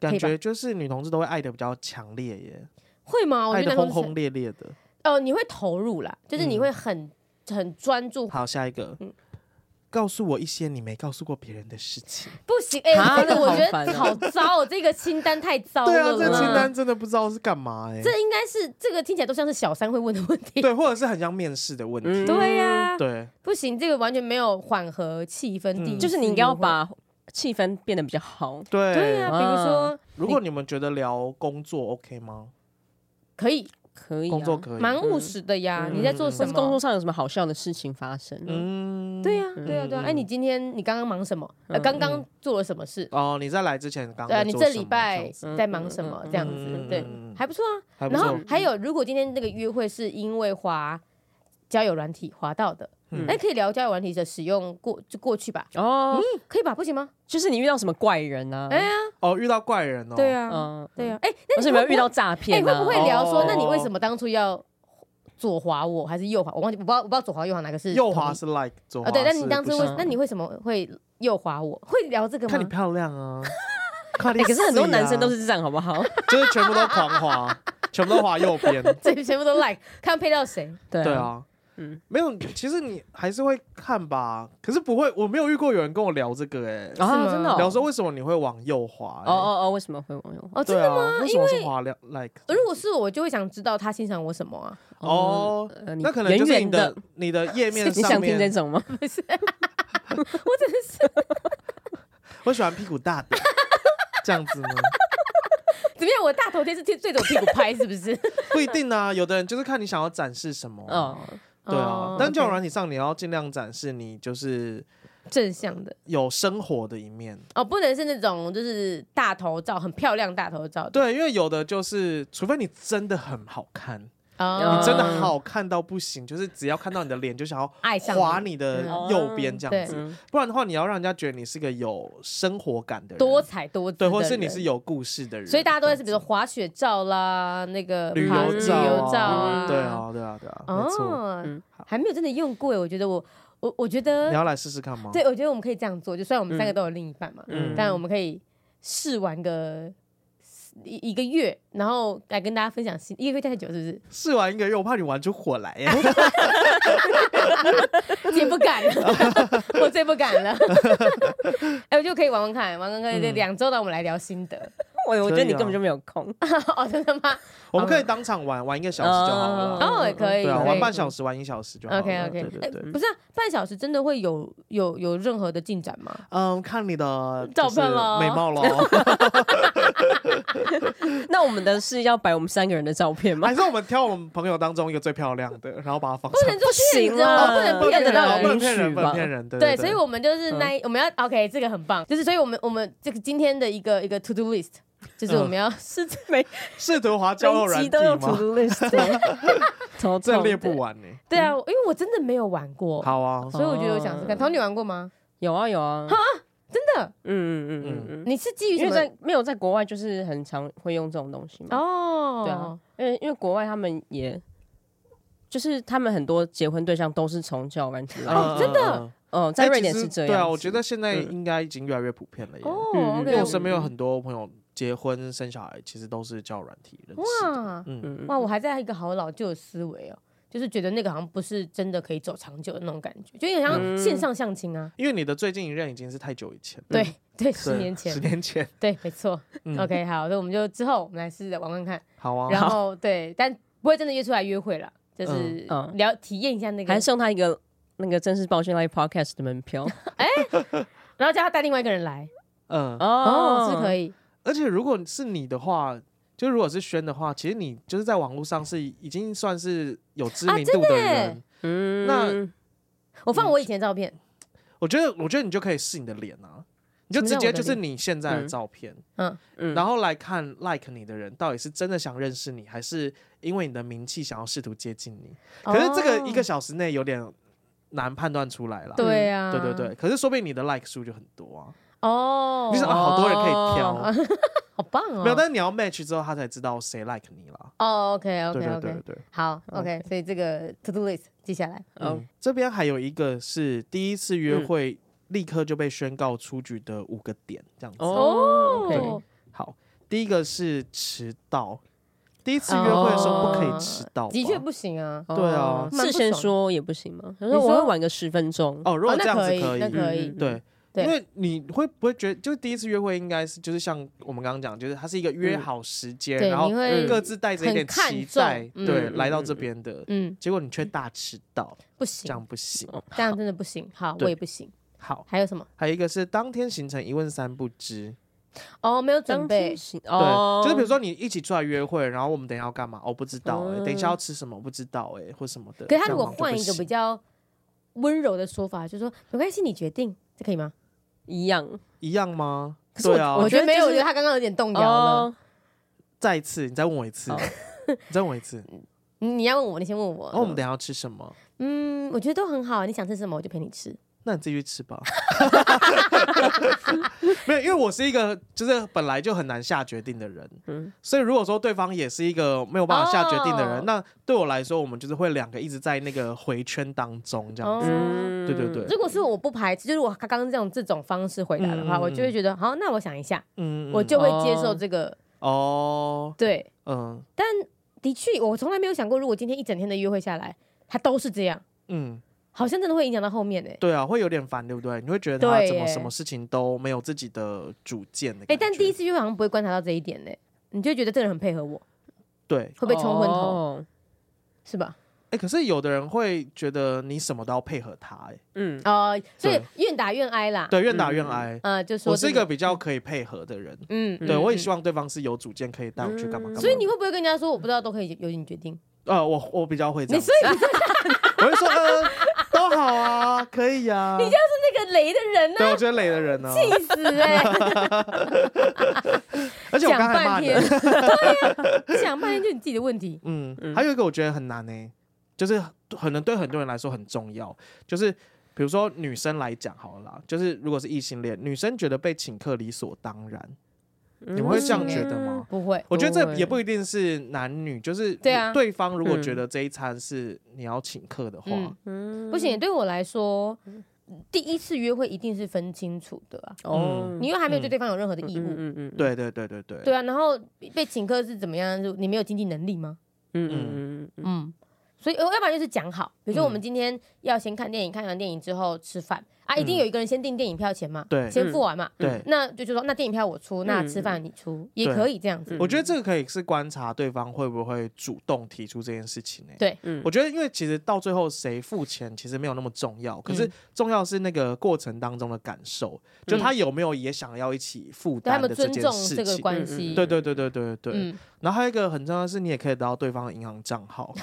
可
感
以吧
觉就是女同志都会爱的比较强烈耶。
会哦吗？我
爱
觉得
的
男
轰
同志
轰烈烈的。
呃，你会投入啦，就是你
嗯
会很很专注，嗯
好，下一个，告诉我一些你没告诉过别人的事情。
不行，哎、
啊
这个我觉
好烦
得
哦
好糟、哦，这个清单太糟了
对啊
啦。，
这清单真的不知道是干嘛哎、
这应该是这个听起来都像是小三会问的问题。
对，或者是很像面试的问题。
嗯
对呀、
对，
不行，这个完全没有缓和气氛。
嗯
第一次
就是你应该要
约会
把气氛变得比较好。
对，啊
对呀、比哎如说
如果你们觉得聊工作 OK 吗？
可以
可以、啊，
工作可以，
蛮务实的呀，
嗯
你在做什
或
么？
是工作上有什么好笑的事情发生？嗯，
嗯
对呀、对呀、对呀、
嗯
哎、你今天你刚刚忙什么？呃，
嗯
刚刚做了什么事？
哦，你在来之前刚刚
对啊，
在
你
做
这
什
礼
么
拜
这样子
在忙什么？
嗯嗯嗯
这样
嗯
子
嗯，
对
嗯，
还不错啊。
还不
然后
错，
还有，如果今天那个约会是因为滑交友软体滑到的，
嗯
哎、可以聊交友软体的使用过就过去吧，
哦，
可以吧？不行吗？
就是你遇到什么怪人啊？
哎呀，
哦，遇到怪人哦，
对，啊，
嗯，
对
啊，
啊，哎、
或
那你
是有没有
会
遇到诈
哎、
骗
会
啊？
不会聊说，
哦
那你为什么当初要左滑我，还是右滑？我忘记，我不知道，我不知道左滑右滑哪个是
右滑
同意
是 like，左
啊？
滑
对，但
哦是
你当
不
初
行
为
是，
那你为什么会右滑我？ [laughs] 会聊这个
看你
吗？
漂亮啊，看你
哎、可是很多男生都
是啊
是这样，好不好？
[laughs] 就是全部都狂滑，全部都滑右边，
这全部都 like，看配到谁？
对
对，啊。
嗯
没有，其实你还是会看吧，可是不会，我没有遇过有人跟我聊这个哎、
吗
啊，真的、哦，
聊说为什么你会往右滑、欸？
哦哦哦，为什么会网友？
哦，真
对
的
啊，
吗？
为什
因
么
为
是滑 like- like？
如果是我，我就会想知道他欣赏我什么啊？
哦，
呃你
那可能就是
远
你
远 [laughs]
的你的页面
你想
上
听这
面，嗯
种吗？
我真的是
我喜欢屁股大的，这样子吗？
怎么样？我大头贴是贴对着我屁股拍，是不是？ [laughs]
不一定啊，有的人就是看你想要展示什么。
哦，
对啊
哦，
但交友
OK
软体上你要尽量展示你就是
正向的
有生活的一面。
哦，不能是那种就是大头照，很漂亮大头照。
对，啊因为有的就是，除非你真的很好看，
哦，
嗯
你真的好看到不行，就是只要看到你的脸就想要
爱上
划
你
你的
嗯
右边这样子，
嗯，
不然的话你要让人家觉得你是个有生活感的人，
多彩多姿的
对，
人，
或是你是有故事的人，
所以大家都在
这
比
样
如
子
说滑雪照啦，那个
旅
爬
游
旅
照啊、
游照啊，
对啊，对啊，对啊，没错。
哦
嗯，
还没有真的用过欸耶，我觉得我我我觉
你
得，
要来试试看吗？
对，我觉得我们可以这样做，就虽然我们三个
嗯
都有另一半嘛，
嗯
但我们可以试玩个一一个月，然后来跟大家分享心，一个月太久是
试玩一个月，我怕你玩出火来
[laughs]
耶。
不是？也不敢了， [laughs] 我最不敢了。哎，我就可以玩玩看，玩玩看，
嗯
两周呢，我们来聊心得。 [laughs]
我我觉
可
得
以
你根
啊
本就没有空，
哦，真的吗？
我们可以当场玩玩一个小时就好了啦。
哦，也可以，
对
嗯
啊，
可以
玩半小时，玩一小时就好了。
OK OK，
啊对对对。
不是啊，半小时真的会有有有任何的进展吗？
嗯，看你的
照
就是
片咯 [laughs]
美貌喽，
那我们的是要摆我们三个人的照片吗 [laughs]
还？是我们挑我们朋友当中一个最漂亮
[laughs]
的，然后把它放
不
上
能。做骗
不
子哦，
行啦
不能
啊不
骗得
能骗
到
人，
人
不。能
允
骗
许
人，不
吧
能骗人。对
对，
对，
所以我们就是
嗯
那一我们要 OK，这个很棒，就是所以我们我们这个今天的一个一个 to do list，就是
嗯
我们要试着
每
试图滑交友
每
软
集
体
都有 to
吗？
do
[laughs]
list，头
这
痛
列不完呢。欸
对啊，因为我真的没有玩过，
好啊，
所以我觉得我想试看。
嗯哦
桃你玩过吗？
有啊有啊，
真的，
嗯嗯嗯嗯嗯，
你是基于
因
什
为
么？
在没有在国外就是很常会用这种东西嘛，
哦，
对啊，因为因为国外他们也。就是他们很多结婚对象都是从交友软体来的，
哦真的
嗯嗯嗯
嗯，在
哎
瑞
其
典
实
是这样子。
对啊，我觉得现在
嗯
应该已经越来越普遍了耶。
哦
嗯
因为
，OK，
我身边有
嗯
很多朋友结婚生小孩，其实都是交友软体认识的。
哇
嗯，
嗯，嗯
哇，我还在一个好老旧的思维哦。就是觉得那个好像不是真的可以走长久的那种感觉，就有点像
嗯
线上相亲啊。
因为你的最近一任已经是太久以前了，
对对，十
对
年前
十，
[laughs]
年前。
对，没错。
嗯
OK，好，所以我们就之后我们来试着玩玩看，
好啊，
然后对，但不会真的约出来约会啦，就是
嗯嗯
聊体验一下那个
还，送他一个那个真是抱歉 Live Podcast 的
[laughs]
门票
然后叫他带另外一个人来，
[laughs] 嗯，
哦，是可以，
而且如果是你的话，就如果是轩的话，其实你就是在网络上是已经算是有知名度的
啊真的耶
人。
嗯
那
我放我以前的照片，
我觉得，我觉得你就可以试你的脸啊，你就直接就是你现在的照片，
嗯，
嗯
然后来看 like 你的人到底是真的想认识你，还是因为你的名气想要试图接近你。嗯可是这
哦
个一个小时内有点难判断出来啦。
对啊，
对对对，，可是说不定你的 like 数就很多啊，
哦，
你想啊，好多人可以挑，
好棒哦，
没有，但是你要 match 之后，他才知道谁 like 你啦。
哦，OK
对
OK
对对
OK，
对嗯对，
好 OK，所以这个 to do list 记下来，
哦
嗯，这边还有一个是第一次约
嗯
会立刻就被宣告出局的五
哦
个点，这样子。
哦，OK
好，第一个是迟到，第一次约会的时候不可以迟到吧，
的确不行啊。
对啊
哦
蛮不
事先
爽
说也不行吗？他
你
说我会
说
晚个十分钟，
哦，如果
哦那
这样子
可以
可以，
那可以
嗯对。
对
因为你会不会觉得，就是第一次约会应该是就是像我们刚刚讲，就是它是一个约好时间，
嗯对
然后
你会
各自带着一点期
很
待
看，重
对，
嗯
来到这边的，
嗯，
结果你却大迟到，
不
这
行，
样不行。
这样真的不行。好，
对
我也不行。
好，
还有什么？
还有一个是当天行程一问三不知，
哦，没有准
当
备
天。行
对，
哦，
就是比如说你一起出来约会，然后我们等一下要干嘛？我不知道，哎，
嗯
等一下要吃什么？我不知道，哎，或什么的。
可是
这
他
样
如果
好像就
换
不
一个比
行
较温柔的说法，就说没关系，你决定，这可以吗？
一样
一样吗？
可是我
对啊，
我觉得没有，
我
我
觉得
觉
就是
得他刚刚有点动摇
哦
了。，
再一次，你再问我一次，
哦
你再问
[laughs]
我一次。
你你要问我，你先问
然哦后我
我。
们等一下要吃什么？
嗯，我觉得都很好，你想吃什么我就陪你吃。
那你自己去吃
[laughs]
吧。没有，因为我是一个就是本来就很难下决定的人，
嗯
所以如果说对方也是一个没有办法下决定的人
哦
那对我来说，我们就是会两个一直在那个回圈当中这样子。
哦，
嗯对对对
如果是我不排斥，就是我刚刚这种这种方式回答的
嗯
话，
嗯
我就会觉得好，那我想一下，
嗯，嗯
我就会接受
哦
这个。
哦，
对，
嗯
的确，我从来没有想过，如果今天一整天的约会下来，他都是这样，
嗯，
好像真的会影响到后面诶、欸。
对啊，会有点烦，对不对？你会觉得他
对
怎么什
耶
么事情都没有自己的主见的
哎、
感觉。
但第一
次
次约会好像不会观察到这一点呢、你就会觉得这个人很配合我，
对，
会被冲昏头、
哦
是吧？
哎，可是有的人会觉得你什么都要配合他，哎，
嗯，
呃，所以
对
愿打愿挨啦。，
对，愿打愿
嗯
挨。
呃，就说
我是一
这
个，比较可以配合的人，
嗯，
对，
嗯
我也
嗯
希望对方是有主见，可以带我去干嘛干嘛。
所以你会不会跟人家说，我不知道都可以由你决定？
呃，我我比较会这
你
样
所，以你是
我会说呃都好啊，可以
[laughs]
啊。你就是
那个雷的人呢、
对我觉得累的人呢，啊
气
[laughs]
死哎、
而且我
讲
刚才骂
半
你
天，，
[laughs]
对呀、讲半天就你自己的问题。
嗯，还有一个我觉得很难呢，就是可能对很多人来说很重要，就是。比如说女生来讲好了啦，就是如果是异性恋，女生觉得被请客理所当然，你
嗯
你
们会这样觉得吗？？
不会，嗯
我觉得这
不会
也不一定是男女，就是
对啊
对方如果
嗯
觉得这一餐是你要请客的话，
嗯，
嗯
啊
不行。对我来说，第一次约会一定是分清楚的啊，
哦，
你又还没有对对方有任何的义务，
嗯嗯，
对对对对对，
对啊，然后被请客是怎么样？就你没有经济能力吗？
嗯嗯嗯
嗯，所以呃要不然就是讲好，比如说我
嗯
们今天要先看电影，看完电影之后吃饭啊，一定有一个人先订电影票钱嘛，
嗯对嗯
先付完嘛，嗯
对，嗯
那就就说那电影票我出，那吃饭你出也可以这样子
嗯，
我觉得这个可以是观察对方会不会主动提出这件事情呢、
对
嗯
我觉得因为其实到最后谁付钱其实没有那么重要，可是
嗯
重要是那个过程当中的感受，就他有没有也想要一起负
对他
担的
们
这
尊
件
重
事
这个
情。
关系，
嗯
对对对对对对，
嗯，
然后还有一个很重要的是，你也可以得到对方的银行账号，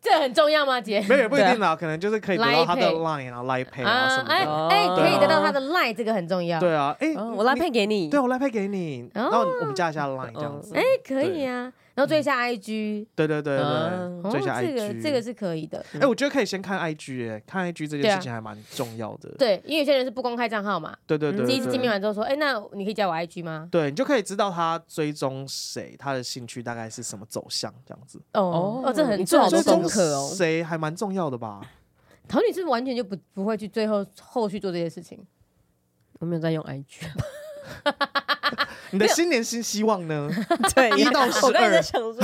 这很重要吗，
[laughs]
姐？
没有
[laughs]
也不一定啦，可能就是可以得到他的 Line 啊、Line Pay 啊什
啊，哎哦
么的。啊
哎，可以得到他
的，
的 line，这个很重要，
对啊，哎，
哦我拉配给你。
你，对我 Line Pay 给你，然后我们加一下 Line 这样子。
哎，可以啊，然后追一下 IG，
对对对对，
嗯
哦，
嗯追一下
这个
IG
这个是可以的，
哎、我觉得可以先看 IG，哎、看 IG 这
对
件
啊
事情还蛮重要的。
对，因为有些人是不公开账号嘛，
对对对
嗯
第
对
一次见面完之后说，哎，那你可以加我 IG 吗？
对你就可以知道他追踪谁，他的兴趣大概是什么走向这样子。
哦哦，这很
你做好
这
多
追
很重
功
踪
要
课哦。
谁还蛮重要的吧？
桃女是不是完全就不不会去最后后续做这些事情，
我没有在用
[laughs]
IG，
你的新年新希望呢？
对 [laughs]
一到十
我刚才在
二，
想说，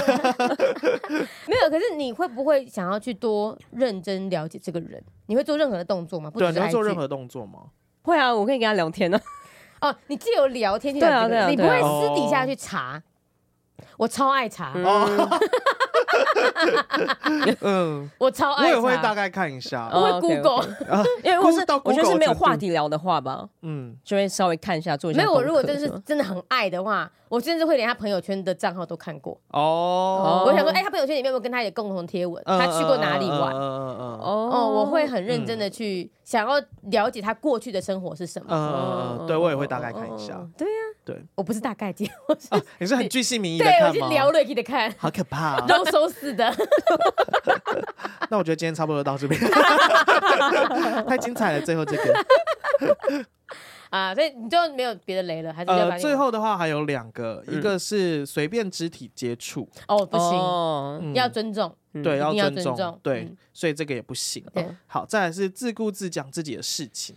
没有。可是你会不会想要去多认真了解这个人？你会做任何的动作吗？不
对啊，
只是
你要做
IG
任何动作吗？
会啊，我可以跟他聊
[laughs]
天呢。
哦，你既有聊天去
对啊
了解这个人，你不
对啊对
会
啊
私底下去查？我超爱查，
哦，嗯，
我超
我
爱查，
也会大概看一下，
我
哦
会
，OK，OK
Google。
因为我是
哭到
我觉得
Google
是没有
程度
话题聊的话吧，
嗯，
就会稍微看一下做一下
没
功
有，
课什么。
我如果真的是真的很爱的话，我甚至会连他朋友圈的账号都看过。
哦，
我想说，哎，他朋友圈里面有没有跟他也共同贴文？
嗯
他去过哪里玩
嗯？嗯嗯嗯
哦，我会很认
嗯
真的去想要了解他过去的生活是什么。
嗯嗯嗯，对我也会大概看一下。。
对呀、
对，
我不是大概姐，我是、
你是很巨细靡遗的
对我
看
去
吗？
聊 Ricky 的看，
好可怕、啊！
都收拾的。 [laughs]
那我觉得今天差不多到这边， [laughs] 太精彩了。最后
[laughs]
这个，
啊，所以你就没有别的雷了，还是要把
呃，
你
最后的话还有两个，
嗯
一个是随便肢体接触，
哦不行、
行，
嗯
要尊重。
对，
一定要
尊
尊重
对
嗯，
所以这个也不行哦
对。
好，再来是自顾自讲自己的事情，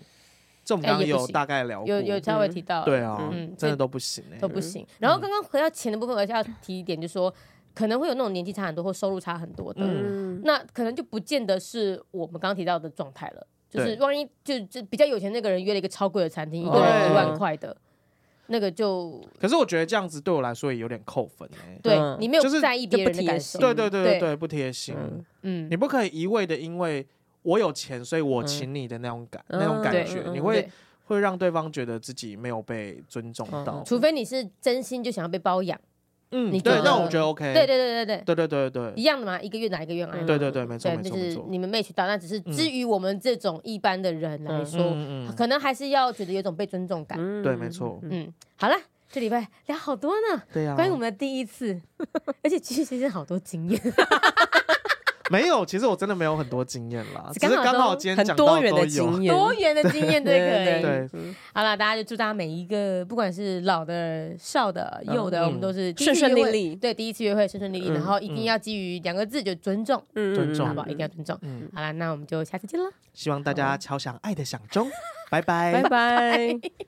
这我们刚
哎
刚
也不
有
行
大概聊过，
有有稍微提到，
对啊，
嗯
真
这
的都不行哎、
都不行。然后刚刚回到钱的部分，我还是要提一点，就是说可能会有那种年纪差很多或收入差很多的，
嗯
嗯，
那可能就不见得是我们刚刚提到的状态了。就是
对
万一就就比较有钱那个人约了一个超贵的餐厅，一
哦
个人一万块的，那个就
可是我觉得这样子对我来说也有点扣分哎、
对
嗯
你没有
就是
在意别人的感受
就不贴心，
对对对
对
对对，不贴心，
嗯
嗯
你，不可以一味的因为我有钱，所以我请你的那种感、
嗯
那种感
嗯对
觉，
嗯嗯
你
嗯
会
对
会让对方觉得自己没有被尊重
嗯
到。
除非你是真心就想要被包养，
嗯，
你
对
觉，
那
得
我觉得 OK。
对对对对对，
对对对对
一样的嘛，一个愿打一个愿挨嘛，
对对对，没错
对，
没
就
错没
是
错。嗯
你们 match 到，那只是至于我们这种一般的人来说，
嗯嗯嗯，
可能还是要觉得有种被尊重感。
嗯
对，没错，
嗯，好了，这礼拜聊好多呢，
对啊呀、
关于我们的第一次， [laughs] 而且其实先生好多经验，
[laughs] 没有，其实我真的没有很多经验啦，只
刚
是
好
刚
都
好今天
很
讲到
多元
都
的
有
经验，
多元的经验都可以。嗯
对，
好了，大家就祝大家每一个，不管是老的、少的、
嗯
幼的，我们都是第一次
顺顺
约会
利利
对，第一次约会顺顺利利，
嗯
然后一定要基于两个字，就尊重，
嗯
尊重
好不好？一定要尊重。
嗯，
好了，那我们就下次见了。 [laughs]
希望大家敲响爱的响钟，拜拜
拜拜。